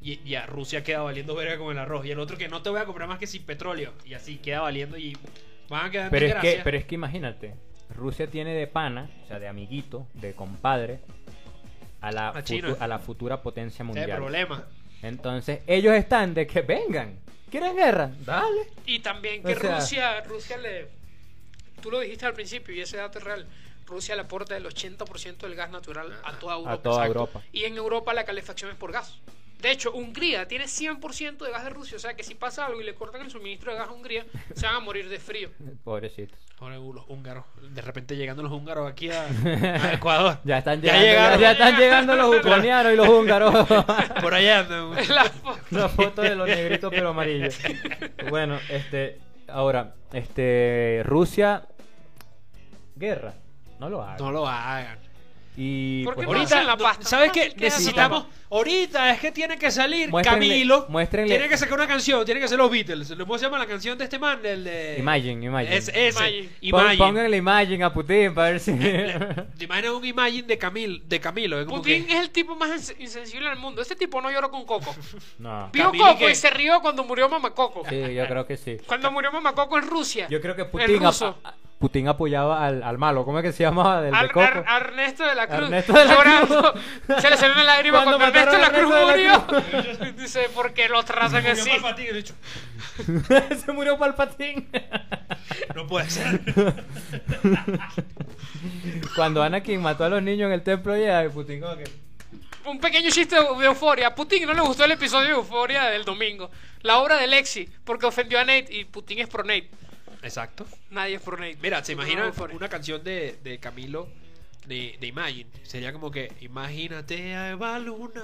Y y ya, Rusia queda valiendo verga con el arroz. Y el otro que no te voy a comprar más que sin petróleo. Y así queda valiendo y van a quedar en
Pero es, que,
desgracia.
pero es que imagínate, Rusia tiene de pana, o sea, de amiguito, de compadre, a la,
A China.
futu- a la futura potencia
Ese es el
mundial.
problema.
Entonces, ellos están de que vengan. ¿Quieren guerra? Dale.
Y también
O
que
sea-
Rusia, Rusia le... Tú lo dijiste al principio y ese dato es real. Rusia le aporta el 80% del gas natural a toda Europa.
A toda
Exacto.
Europa.
Y en Europa la calefacción es por gas. De hecho, Hungría tiene 100% de gas de Rusia. O sea que si pasa algo y le cortan el suministro de gas a Hungría, se van a morir de frío.
Pobrecito.
Ahora uh, los húngaros. De repente llegando los húngaros aquí a, a Ecuador.
Ya están
Ya
llegando, ya,
llegaron.
ya están llegando los ucranianos y los húngaros.
Por allá andan. uh, güey.
La fo-
La foto de los negritos pero amarillos. Bueno, este, ahora, este, Rusia, guerra, no lo haga.
No lo hagan.
Y
¿Por qué
pues,
no
nada.
Ahorita,
hacen la
no,
pasta?
¿sabes
Ah,
qué?
sí, queda
Necesitamos.
bien.
Ahorita es que tiene que salir
Muéstrenle-
Camilo.
muéstrenle-
Tiene que sacar una canción. Tiene que hacer los Beatles. ¿Cómo se llama la canción de este man? El de.
Imagine, Imagine.
Es, ese.
Imagine.
Pon-
Imagine.
Pónganle Imagine a Putin para ver si...
¿Te imaginas un Imagine de, Camil, de Camilo? Es como
Putin
que-
es el tipo más inse- insensible del mundo. Este tipo no lloró con Coco.
no.
Vio
Camilo,
Coco
¿qué?
y se rió cuando murió Mamá Coco.
Sí, yo creo que sí.
Cuando murió Mamá Coco en Rusia.
Yo creo que
El
Putin,
ruso.
ap- Putin apoyaba al, al malo. ¿Cómo es que se llamaba? Del de
Ar-
Coco.
Ar- Ernesto de la Cruz.
Ernesto de la
llorando.
Cruz.
Se le salió una lágrima
Cuando
cuando, Ernesto de la Cruz
mataron a Ernesto
murió. Dice, ¿por qué lo tratan así?
Yo para ti, de hecho,
se murió Palpatín.
No puede ser.
Cuando Anakin mató a los niños en el templo Jedi, Putin como que...
Un pequeño chiste de euforia. A Putin no le gustó el episodio de euforia del domingo. La obra de Lexi, porque ofendió a Nate y Putin es pro Nate.
Exacto.
Nadie es pro Nate.
Mira, ¿se
Putin
imagina
no es pro Nate.
una canción de, de Camilo de, de Imagine? Sería como que, imagínate a Eva Luna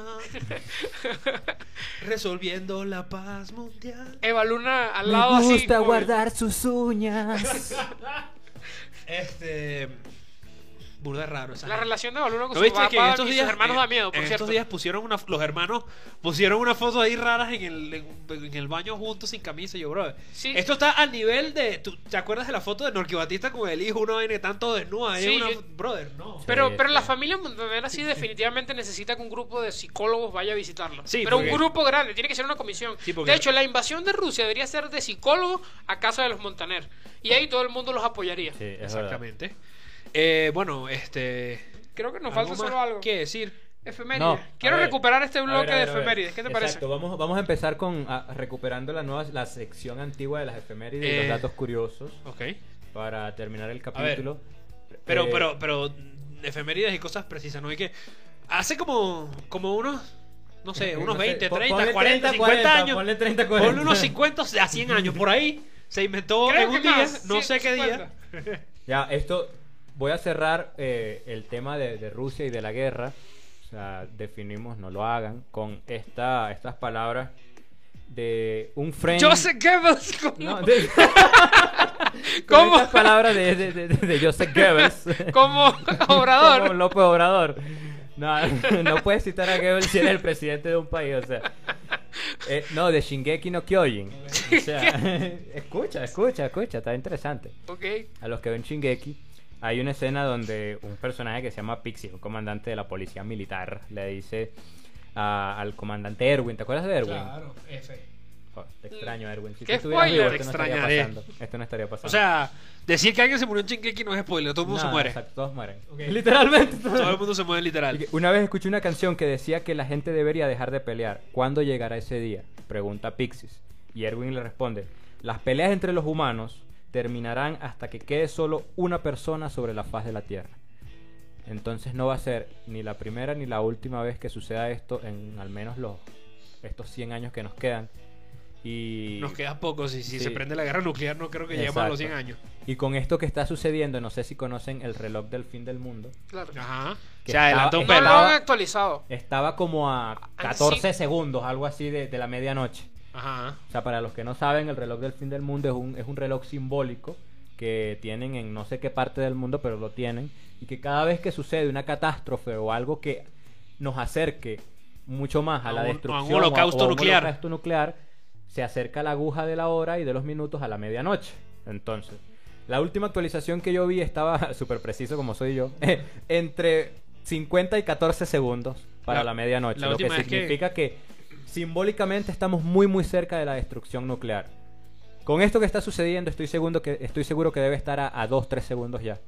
resolviendo la paz mundial.
Eva Luna al lado
Me
así.
gusta
como-
guardar sus uñas.
Este... Burda raro esa
La
gente.
relación de Eva Luna con
¿No
su
viste
papá
que en estos
y
días
sus hermanos
en-
da miedo, por
en
cierto.
estos días pusieron una, los hermanos pusieron una foto ahí raras en el, en, en el baño juntos sin camisa y yo, bro.
Sí.
Esto está al nivel de ¿tú, ¿te acuerdas de la foto de Norqui Batista con el hijo una vaina que están todos desnudos ahí
Sí,
una-
yo-
brother, no.
Pero,
Sí,
pero la
sí.
familia Montaner así definitivamente necesita que un grupo de psicólogos vaya a visitarlo.
Sí,
pero
porque-
un grupo grande, tiene que ser una comisión.
Sí, porque-
De hecho, la invasión de Rusia debería ser de psicólogos a casa de los Montaner. Y ahí todo el mundo los apoyaría.
Sí, es
Exactamente. Eh, bueno, este.
Creo que nos falta
¿algo más
solo algo.
¿Qué decir?
Efemérides.
No,
Quiero
a ver,
recuperar este
a ver,
bloque
a ver, a
de
ver.
efemérides. ¿Qué te
Exacto,
parece?
vamos, vamos a empezar con ah, recuperando la nueva la sección antigua de las efemérides y
Eh.
los datos curiosos
Ok.
para terminar el
ver.
capítulo.
Pero,
Eh,
pero, pero. mm, Efemérides y cosas precisas, ¿no? Hay que. Hace como. como unos. No sé,
eh,
unos
no sé,
20,
po-
30,
ponle
40, 50 años.
Ponle 30, 40.
Ponle unos 50 a 100 años por ahí. Se inventó
Creo
en
que
un día,
más,
no sé qué día.
150.
Ya, esto. Voy a cerrar eh, el tema de, de Rusia y de la guerra. O sea, definimos, no lo hagan, con esta, estas palabras de un friend.
Joseph Goebbels. ¿cómo?
No, de-
¿Cómo?
Con estas palabras de, de, de- de Joseph Goebbels.
Como
Como
obrador.
López Obrador. No, no puedes citar a Goebbels si eres el presidente de un país, o sea. Eh, no, de Shingeki no Kyojin. O sea, escucha, escucha, escucha, está interesante.
ok.
A los que ven Shingeki, hay una escena donde un personaje que se llama Pixie, un comandante de la policía militar, le dice a- al comandante Erwin, ¿te acuerdas de Erwin?
F.
Oh, te extraño, Erwin. Si
¿Qué
tú estuvieras vivo,
spoiler?
esto no estaría
Extrañaré.
pasando. Esto no estaría pasando.
O sea, decir que alguien se murió en Chinkeki no es spoiler, todo el mundo
No,
se muere.
exacto, todos mueren.
Ok.
Literalmente. todos-
Todo el mundo se muere literal.
Una vez escuché una canción que decía que la gente debería dejar de pelear. ¿Cuándo llegará ese día? Pregunta Pixies. Y Erwin le responde: Las peleas entre los humanos terminarán hasta que quede solo una persona sobre la faz de la Tierra. Entonces no va a ser ni la primera ni la última vez que suceda esto en al menos los estos 100 años que nos quedan. Y
Nos queda poco, si, si
Sí.
se prende la guerra nuclear no creo que lleguemos a los 100
Exacto.
años.
Y con esto que está sucediendo, no sé si conocen el reloj del fin del mundo.
Claro.
Ajá.
Que
Se adelantó
estaba-
un
No
pelo.
lo han actualizado.
Estaba como a
Ah,
14
sí.
segundos, algo así, de, de la medianoche.
Ajá.
O sea, para los que no saben, el reloj del fin del mundo es un, es un reloj simbólico que tienen en no sé qué parte del mundo, pero lo tienen. Y que cada vez que sucede una catástrofe o algo que nos acerque mucho más a,
A
la
un- a un
destrucción
holocausto
a
nuclear.
holocausto nuclear, se acerca la aguja de la hora y de los minutos a la medianoche. Entonces, la última actualización que yo vi estaba súper preciso, como soy yo, entre 50 y 14 segundos para
La-
la, medianoche.
la
lo que
última vez que-
significa que... simbólicamente estamos muy, muy cerca de la destrucción nuclear. Con esto que está sucediendo, estoy seguro que, estoy seguro que debe estar a, a 2-3 segundos ya.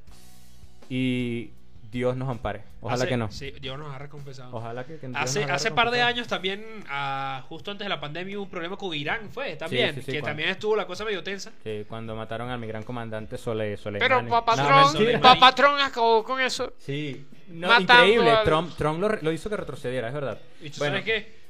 Y Dios nos ampare. Ojalá
Hace-
que no.
Sí, Dios nos ha recompensado.
Ojalá que, que Dios
Hace,
nos agarre
hace
con
par de
todo.
años también, ah, justo antes de la pandemia, hubo un problema con Irán, fue también,
sí, sí,
que
cuando-
también estuvo la cosa medio tensa.
Sí, cuando mataron al mi gran comandante Sole, Soleimani.
Pero
No,
Papatrón,
mentira.
Soleimani.
Papatrón acabó con eso.
Sí, no,
Matando
increíble.
al-
Trump, Trump lo, re- lo hizo que retrocediera, es verdad.
Y tú
Bueno,
sabes qué?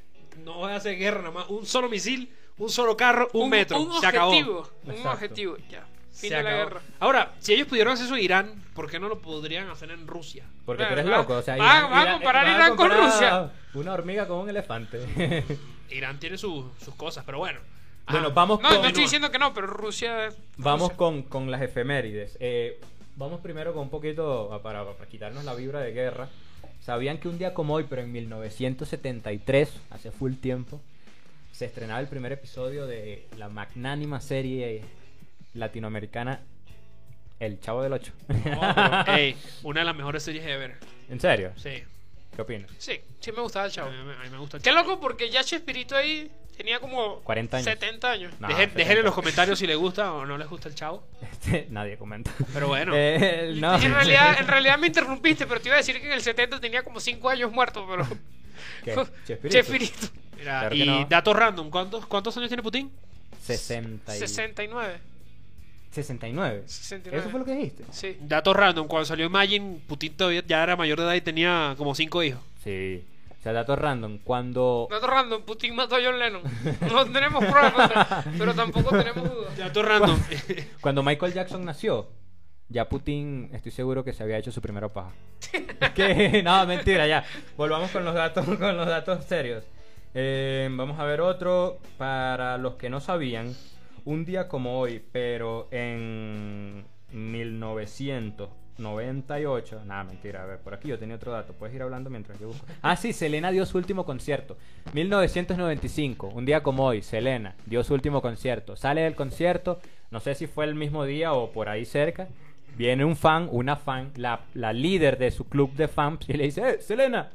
No voy a hacer guerra nada más. Un solo misil, un solo carro, un, metro.
Un
se acabó.
objetivo. Un
Exacto.
objetivo. Ya.
Se
Fin de la
acabó.
guerra.
Ahora, si ellos pudieron hacer eso en Irán, ¿por qué no lo podrían hacer en Rusia?
porque tú
Claro,
eres
va-
loco. O sea,
va- va a comparar
vas
Irán con
comparar
Rusia.
Una hormiga con un elefante.
Irán tiene su- sus cosas, pero bueno. Ah. Ajá.
bueno, vamos
No,
con,
no estoy diciendo que no, pero Rusia. es-
vamos
Rusia.
con, con las efemérides. Eh, vamos primero con un poquito a- para, para quitarnos la vibra de guerra. Sabían que un día como hoy, pero en 1973, hace full tiempo, se estrenaba el primer episodio de la magnánima serie latinoamericana El Chavo del Ocho.
No, pero, ey, una de las mejores series ever.
¿En serio?
Sí.
¿Qué opinas?
Sí, sí me gustaba el
A
chavo.
mí, me- a mí me gusta.
Qué loco, porque ya Chespirito ahí tenía como
40 años.
70 años.
No,
Dejen-
se
déjenle en
nota.
los comentarios si les gusta o no les gusta el chavo.
Este, Nadie comenta.
Pero bueno.
Eh, no.
En realidad, en realidad me interrumpiste, pero te iba a decir que en el 70 tenía como 5 años muerto, pero.
¿Qué? Chespirito.
Chespirito.
Mira,
claro que
y
no.
datos random, ¿cuántos, ¿cuántos años tiene Putin?
60 y-
69.
69.
69.
¿Eso fue lo que dijiste?
Sí.
Datos random, cuando salió Imagine, Putin todavía ya era mayor de edad y tenía como cinco hijos.
Sí. O sea, datos random. Cuando.
Dato random, Putin mató a John Lennon. No tenemos pruebas, pero tampoco tenemos
Pues,
dudas.
Datos random.
Cuando Michael Jackson nació, ya Putin, estoy seguro que se había hecho su primera paja. Es que, no, mentira, ya. Volvamos con los datos, con los datos serios. Eh, vamos a ver otro. Para los que no sabían, un día como hoy, pero en 1998. Nada, mentira, a ver, por aquí yo tenía otro dato. Puedes ir hablando mientras yo busco. Ah, sí, Selena dio su último concierto. 1995, un día como hoy, Selena dio su último concierto. Sale del concierto, no sé si fue el mismo día o por ahí cerca. Viene un fan, una fan, la, la líder de su club de fans y le dice, eh, Selena,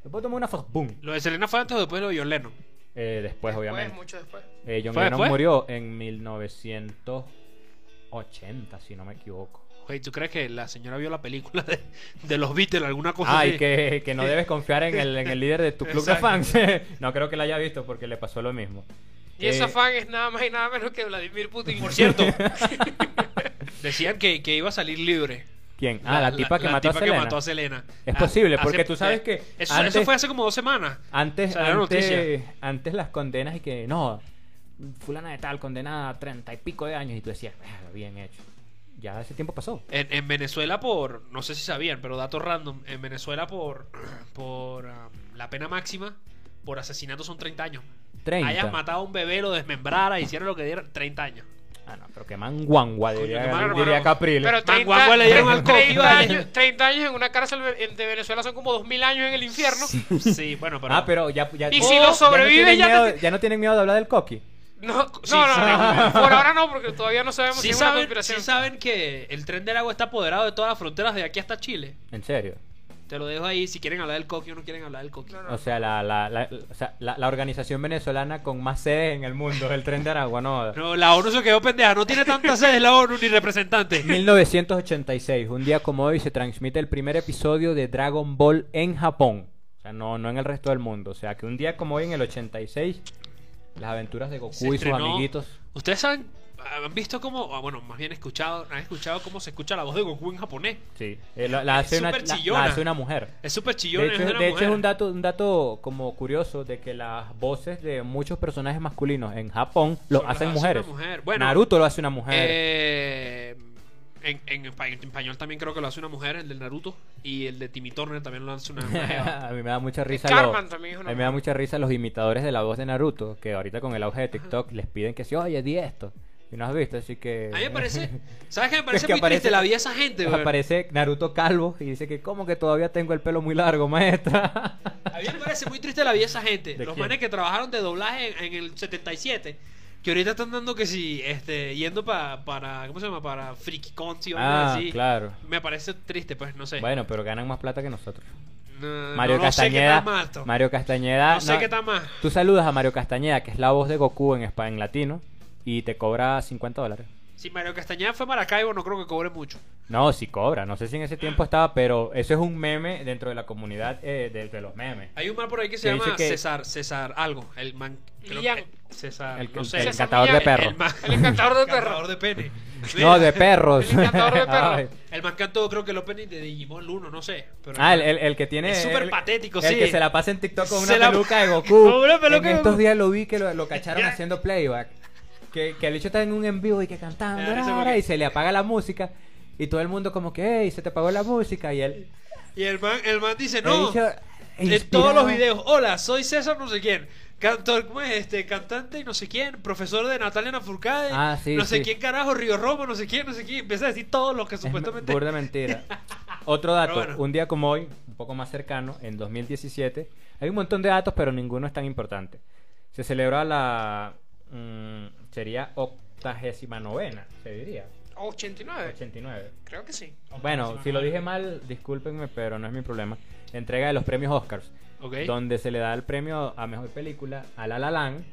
¿te puedo tomar una foto? ¡Boom!
lo de Selena fue antes o después de lo de John Lennon.
Eh, después, obviamente.
Pues, mucho después.
Eh, John
¿Fue
Lennon
después?
murió en 1980, si no me equivoco.
Oye, ¿tú crees que la señora vio la película de, de los Beatles, alguna cosa
Ay,
así?
que, que no debes confiar en el, en el líder de tu club de fans. no creo que la haya visto porque le pasó lo mismo.
Y esa
Eh,
fan es nada más y nada menos que Vladimir Putin.
Por cierto, decían que, que iba a salir libre.
¿Quién? Ah, la, tipa, que,
la
mató a
tipa
Selena.
mató a Selena.
Es
Ah,
posible,
hace-
porque tú sabes
eh,
que
Eso,
antes-
eso fue hace como dos semanas.
Antes,
Salió la
antes,
noticia.
antes las condenas y que no, fulana de tal condenada a treinta y pico de años y tú decías, "Ah, bien hecho. Ya ese tiempo pasó.
En, en Venezuela por, no sé si sabían, pero datos random, en Venezuela por, por ah, la pena máxima, por asesinato son 30 años.
30.
Hayas matado a un bebé, lo desmembrara, hicieron lo que dieron, 30 años.
Ah, no, pero que manguangua, diría,
qué manguangua.
diría Caprile.
Pero 30,
Manguagua le dieron al coqui,
30
vale.
años, 30 años en una cárcel de de Venezuela son como 2000 años en el infierno.
Sí, bueno, pero...
ah, pero ya, ya, Oh,
Y si no
ya
sobrevive,
tienen
ya te-
miedo- ya no tienen miedo de hablar del coqui.
No,
Sí,
no, no,
sí.
no, por ahora no, porque todavía no sabemos
Sí
si es una
saben,
conspiración.
sí saben que el tren del agua está apoderado de todas las fronteras de aquí hasta Chile.
En serio.
Te lo dejo ahí si quieren hablar del coqui o no quieren hablar del coqui.
No, no.
O sea, la, la, la, o sea, la- la organización venezolana con más sedes en el mundo, el tren de Aragua, no.
No, la ONU se quedó pendeja, no tiene tantas sedes la ONU ni representantes.
1986, un día como hoy se transmite el primer episodio de Dragon Ball en Japón. O sea, no, no en el resto del mundo. O sea, que un día como hoy en el 86, las aventuras de Goku
Se
y sus
estrenó-
amiguitos.
Ustedes saben, han visto cómo, ah, bueno, más bien escuchado, han escuchado cómo se escucha la voz de Goku en japonés.
Sí, eh, la, la
Es
hace una,
súper
la- la
chillona.
hace una mujer.
Es súper
De
chillón.
hecho,
es una
de hecho,
mujer.
es un dato, un dato como curioso de que las voces de muchos personajes masculinos en Japón lo
Solo las
hacen
hace
mujeres.
una mujer. Bueno,
Naruto lo hace una mujer.
Eh, en, en espa- en español también creo que lo hace una mujer, el del Naruto. Y el de Timmy Turner también lo hace una mujer.
a mí me da mucha risa.
Cartman
los-
también es una
a mí me da mucha risa los imitadores de la voz de Naruto, que ahorita con el auge de TikTok les piden que se oye, di esto. Y no has visto, así que.
A mí me parece. ¿Sabes qué me parece
que
muy
aparece-
triste la vida de esa gente, güey?
Aparece Naruto calvo y dice que, como que todavía tengo el pelo muy largo, maestra?
A mí me parece muy triste la vida de esa gente.
¿De
Los
quién?
manes que trabajaron de doblaje en, en el 77. Que ahorita están dando que si, este, yendo pa- para, ¿cómo se llama? Para Friki Conti o algo
ah,
así.
claro.
Me parece triste, pues, no sé.
Bueno, pero ganan más plata que nosotros.
No,
Mario
no, no sé qué
Castañeda.
tan mal, to-
Mario Castañeda.
no sé qué tal más.
Tú saludas a Mario Castañeda, que es la voz de Goku en España, en latino, y te cobra 50 dólares.
Si Mario Castañeda fue a Maracaibo, no creo que cobre mucho.
No, sí cobra. No sé si en ese tiempo estaba, pero eso es un meme dentro de la comunidad eh, de, de los memes.
Hay un man por ahí que se
Que
llama
dice que-
César, César algo. El man. creo
Millán.
que- César.
El,
Ah, no sé.
el
César
catador de
Millán,
perros.
El man.
El encantador de perros.
Cantador de pene.
No, de perros.
El encantador de perros.
Ay.
El man cantó, creo que el opening de Digimon 1, no sé. Pero
Ah, el, el- el que tiene.
Es súper
el-
patético,
el
sí.
que se la pasa en TikTok con una
Se la-
peluca de Goku.
con una peluca de
en estos
Goku.
días lo vi que lo, lo cacharon haciendo playback. Que, que el hecho está en un en vivo y que cantando.
Me da risa
rara,
porque-
Y se le apaga la música. Y todo el mundo, como que, hey, se te apagó la música. Y él.
Y el man, el man dice,
el
no.
bicho
En
inspirado.
todos los videos. Hola, soy César no sé quién. Cantor, ¿cómo es este? Cantante y no sé quién. Profesor de Natalia Nafurcade.
Ah, sí,
no sé
sí.
quién carajo. Río Roma, no sé quién, no sé quién. Empieza a decir todo lo que
Es
supuestamente.
burda mentira. Otro dato,
Pero bueno.
un día como hoy, un poco más cercano, en 2017, hay un montón de datos, pero ninguno es tan importante. Se celebra la. mm, sería octagésima novena, se diría.
89,
89.
creo que sí.
Bueno, si lo dije mal, discúlpenme, pero no es mi problema. Entrega de los premios Oscars,
Ok.
donde se le da el premio a mejor película a La La Land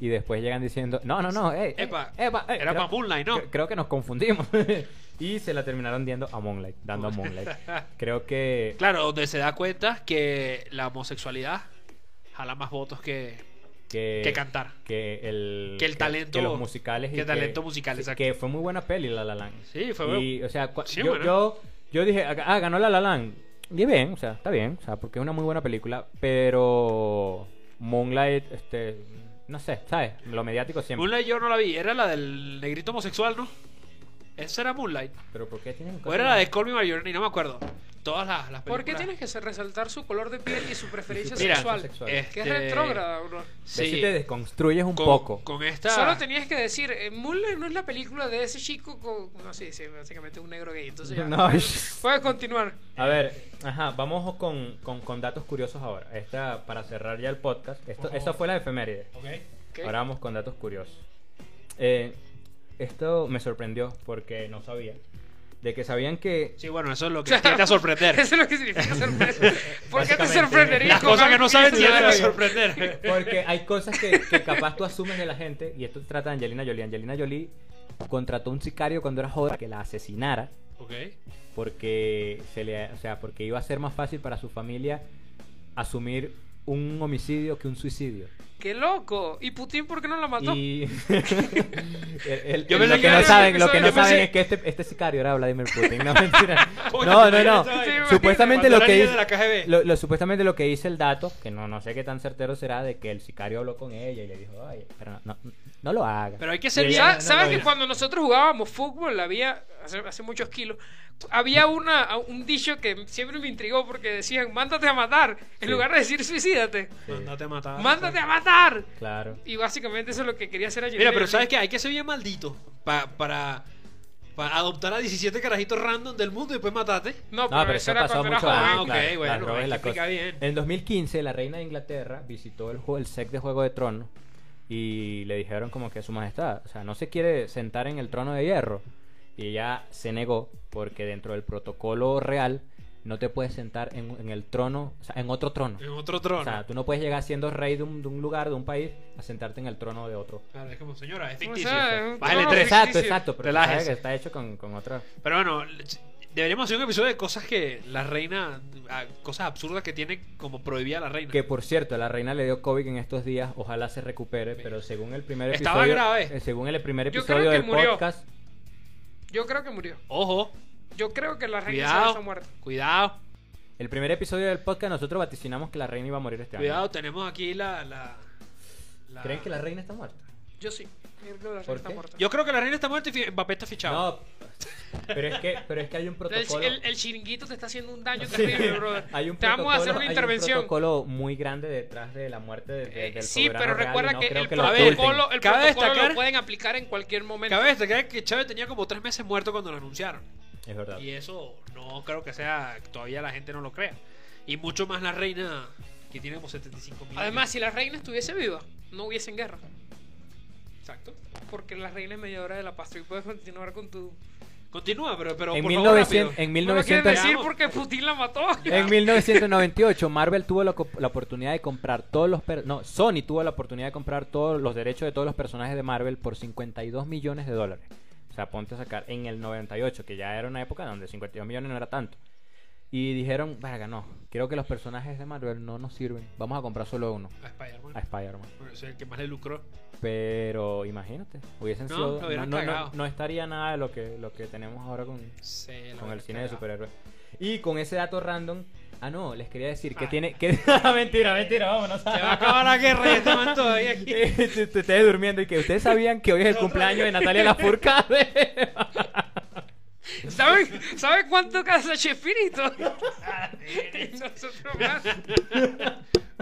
y después llegan diciendo, no, no, no, ey, ey,
Epa,
epa, ey,
era
creo-
pa' Moonlight, ¿no?
cre- Creo que nos confundimos. y se la terminaron dando a Moonlight, dando a Moonlight. Creo que
Claro, donde se da cuenta que la homosexualidad jala más votos que.
que,
que cantar.
que el
Que el talento-
los musicales y
que el talento musical,
sí,
exacto.
que fue muy buena peli La La Land
Sí, fue bu-
y o sea cua-
sí,
yo,
bueno.
yo yo dije ah ganó La La Land y bien o sea está bien o sea porque es una muy buena película pero Moonlight este no sé sabes lo mediático siempre
Moonlight yo no la vi. Era la del negrito homosexual, ¿no? Esa era Moonlight.
pero por qué tienen
O era la de Call Me by Your Name, no me acuerdo. Todas las, las
¿Por qué
películas.
tienes que se- resaltar su color de piel y su preferencia
Mira,
sexual?
sexual.
este,
Que es retrógrada, bro.
Ve
Sí,
si te desconstruyes un
con,
poco
Con esta.
Solo tenías que decir, eh, Moonlight no es la película de ese chico con... No, sí, sí, básicamente un negro gay. Entonces ya,
No,
puedes continuar.
A ver, ajá, vamos con, con, con datos curiosos ahora. Esta, para cerrar ya el podcast, esto, esta fue la efeméride.
Ok.
Ahora vamos con datos curiosos. Eh, esto me sorprendió porque no sabía. De que sabían que...
Sí, bueno, eso es lo que tiende a sorprender.
Eso es lo que significa sorpresa. ¿Por qué te
Básicamente.
sorprenderías?
Las
con
cosas que
algo
no saben
se
tienden a
sabe?
sorprender.
Porque hay cosas que, que capaz tú asumes de la gente, y esto trata de Angelina Jolie. Angelina Jolie contrató un sicario cuando era joven para que la asesinara
Ok.
porque se le, o sea, porque iba a ser más fácil para su familia asumir un homicidio que un suicidio.
¡Qué loco! ¿Y Putin por qué no la mató?
Y el- el-
Yo
el-
pensé
lo
que
que no
era-
saben, lo
yo
que no
pensé-
saben es que este, este sicario era Vladimir Putin. No, mentira.
Uy,
No, no,
imagínate,
no.
¿sabes?
Sí,
Supuestamente
Cuando
lo
era
que
niño
dice,
de la KGB.
lo, lo- supuestamente lo que dice el dato, que no, no sé qué tan certero será, de que el sicario habló con ella y le dijo, oye, pero no, no, no lo haga.
Pero hay que ser
Y
bien.
ella-
Sa-
no,
¿Sabes
no,
que
no.
cuando nosotros jugábamos fútbol, había, hace, hace muchos kilos, había una, un dicho que siempre me intrigó porque decían, mándate a matar, en
Sí. Ah,
lugar de decir suicídate,
Sí,
Mándate a matar.
mándate a matar.
claro.
Y básicamente eso es lo que quería hacer ayer.
Mira, pero ¿sabes que Hay que ser bien maldito pa- para, para adoptar a 17 carajitos random del mundo y después matarte.
No, pero,
No, pero
eso
eso
era
pasó
cuando era
mucho
joven.
antes.
Ah, ok,
claro,
bueno,
las drogas
hay
y la
que explicar
cosa.
bien.
En 2015, la reina de Inglaterra visitó el, juego, el set de Juego de Tronos y le dijeron como que su majestad, o sea, no se quiere sentar en el trono de hierro. Y ella se negó porque dentro del protocolo real no te puedes sentar en, en el trono, o sea, en otro trono.
En otro
O
trono.
sea, tú no puedes llegar siendo rey de un, de un lugar, de un país, a sentarte en el trono de otro.
Claro, es como, señora, es
O
ficticio.
sea, es un
Bájale
trono
tres.
Exacto,
ficticio.
exacto, pero tú
Relájese.
sabes que está hecho con, con otra...
Pero bueno, deberíamos hacer un episodio de cosas que la reina. ah, Cosas absurdas que tiene como prohibida la reina.
Que por cierto, la reina le dio COVID en estos días, ojalá se recupere, pero según el primer episodio.
Estaba grave.
eh, según el primer
Yo
episodio
creo que
del
murió.
podcast.
Yo creo que murió.
Ojo,
Yo creo que la reina Isabel está
cuidado.
muerta.
Cuidado,
El primer episodio del podcast nosotros vaticinamos que la reina iba a morir este
cuidado,
año.
tenemos aquí la. la, la-
¿Creen que la reina está muerta?
Yo sí. Yo creo que la reina
¿Por
está
qué?
muerta.
Yo creo que la reina está muerta y fi- Mbappé está fichado.
No. Pero es que, pero es que hay un
el,
protocolo.
el- el chiringuito te está haciendo un daño terrible, brother.
Hay un
Te vamos a hacer
protocolo-
una
hay un
intervención.
protocolo muy grande detrás de la muerte de, de-
Eh,
del
sí,
soberano
pero
real y
recuerda
no
que,
creo
el
lo
protocolo,
oculten.
el
Cabe
protocolo
destacar-
lo pueden aplicar en cualquier momento.
Cabe destacar que Chávez tenía como tres meses muerto cuando lo anunciaron.
Es verdad.
Y eso no creo que sea. Todavía la gente no lo crea. Y mucho más la reina que tiene como 75 mil.
Además, si la reina estuviese viva, no hubiesen guerra.
exacto.
Porque la reina es mediadora de la paz. Y puedes continuar con tu.
Continúa, pero, pero
En,
por
1900
favor, rápido.
en
No lo quieres
1900
decir porque Putin la mató.
En 1998, Marvel tuvo la, co- la oportunidad de comprar todos los... per- no, Sony tuvo la oportunidad de comprar todos los derechos de todos los personajes de Marvel por 52 millones de dólares. O sea, ponte a sacar en el 98, que ya era una época donde 52 millones no era tanto. Y dijeron, verga, no, creo que los personajes de Marvel no nos sirven. Vamos a comprar solo uno,
A Spider-Man.
a Spider-Man.
Bueno, es el que más le lucró.
Pero imagínate, hubiesen
No,
sido.
lo hubieran cagado.
no estaría nada de lo que, lo que tenemos ahora con,
Se la
con el
habrán
cine de
cagado.
superhéroes. Y con ese dato random. Ah, no, les quería decir que
Ah.
tiene. Que... mentira, mentira, vámonos. Eh,
Se va a acabar la guerra y este man todavía aquí.
Te- te- Ustedes durmiendo y que ustedes sabían que hoy es el cumpleaños de Natalia Lafourcade.
¿Saben saben cuánto casa Chespirito? Y Nosotros más.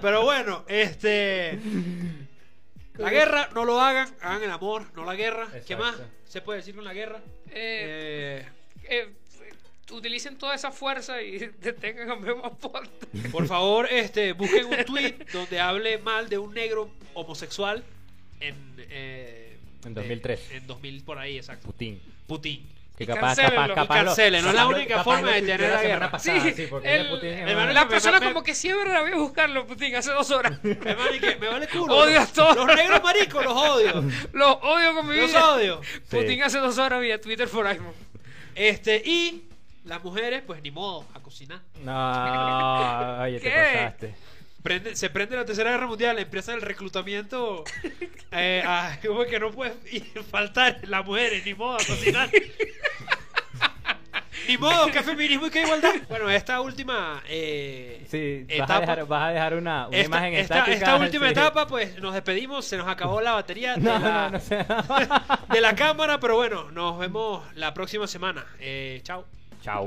Pero bueno, este. La guerra, no lo hagan. Hagan el amor, no la guerra. ¿Qué
Exacto.
más se puede decir con la guerra?
Eh,
Eh,
eh, utilicen toda esa fuerza y detengan a Memo Ponte.
por favor, este, busquen un tweet donde hable mal de un negro homosexual en. eh,
En 2003.
En, 2000, por ahí, exacto.
Putin.
Putin.
Que
Y
capaz,
cancélenlo,
capaz,
y
capaz. lo-
cancelen, no es la
capaz lo-
única
capaz
forma
lo
de
tuiteó
tener la
semana
guerra.
pasada,
Sí,
sí, porque
el-
ya Putin es
el
más-
La persona como que siempre había buscarlo, Putin, hace dos horas.
Hermano, y que me vale culo.
Odio a todos.
Los negros maricos los odio.
Los odio con mi
Los
vida.
odio.
Putin
Sí.
hace dos horas vía Twitter por Aimo.
Este, y las mujeres, pues ni modo, a cocinar.
No, oye, te
¿Qué?
pasaste.
Prende- se prende la tercera guerra mundial, empieza el reclutamiento. eh, a- como que no puede ir- faltar las mujeres, ni modo, a cocinar. ni modo, qué feminismo y qué igualdad. Bueno, esta última eh,
Sí, vas a,
etapa.
dejar, vas a dejar una, una
esta,
imagen
esta-
estática.
esta última
sí.
etapa, pues nos despedimos, se nos acabó la batería de,
No,
la,
Ah, no, no sé.
de la cámara, pero bueno, nos vemos la próxima semana. Eh, chao.
Chao.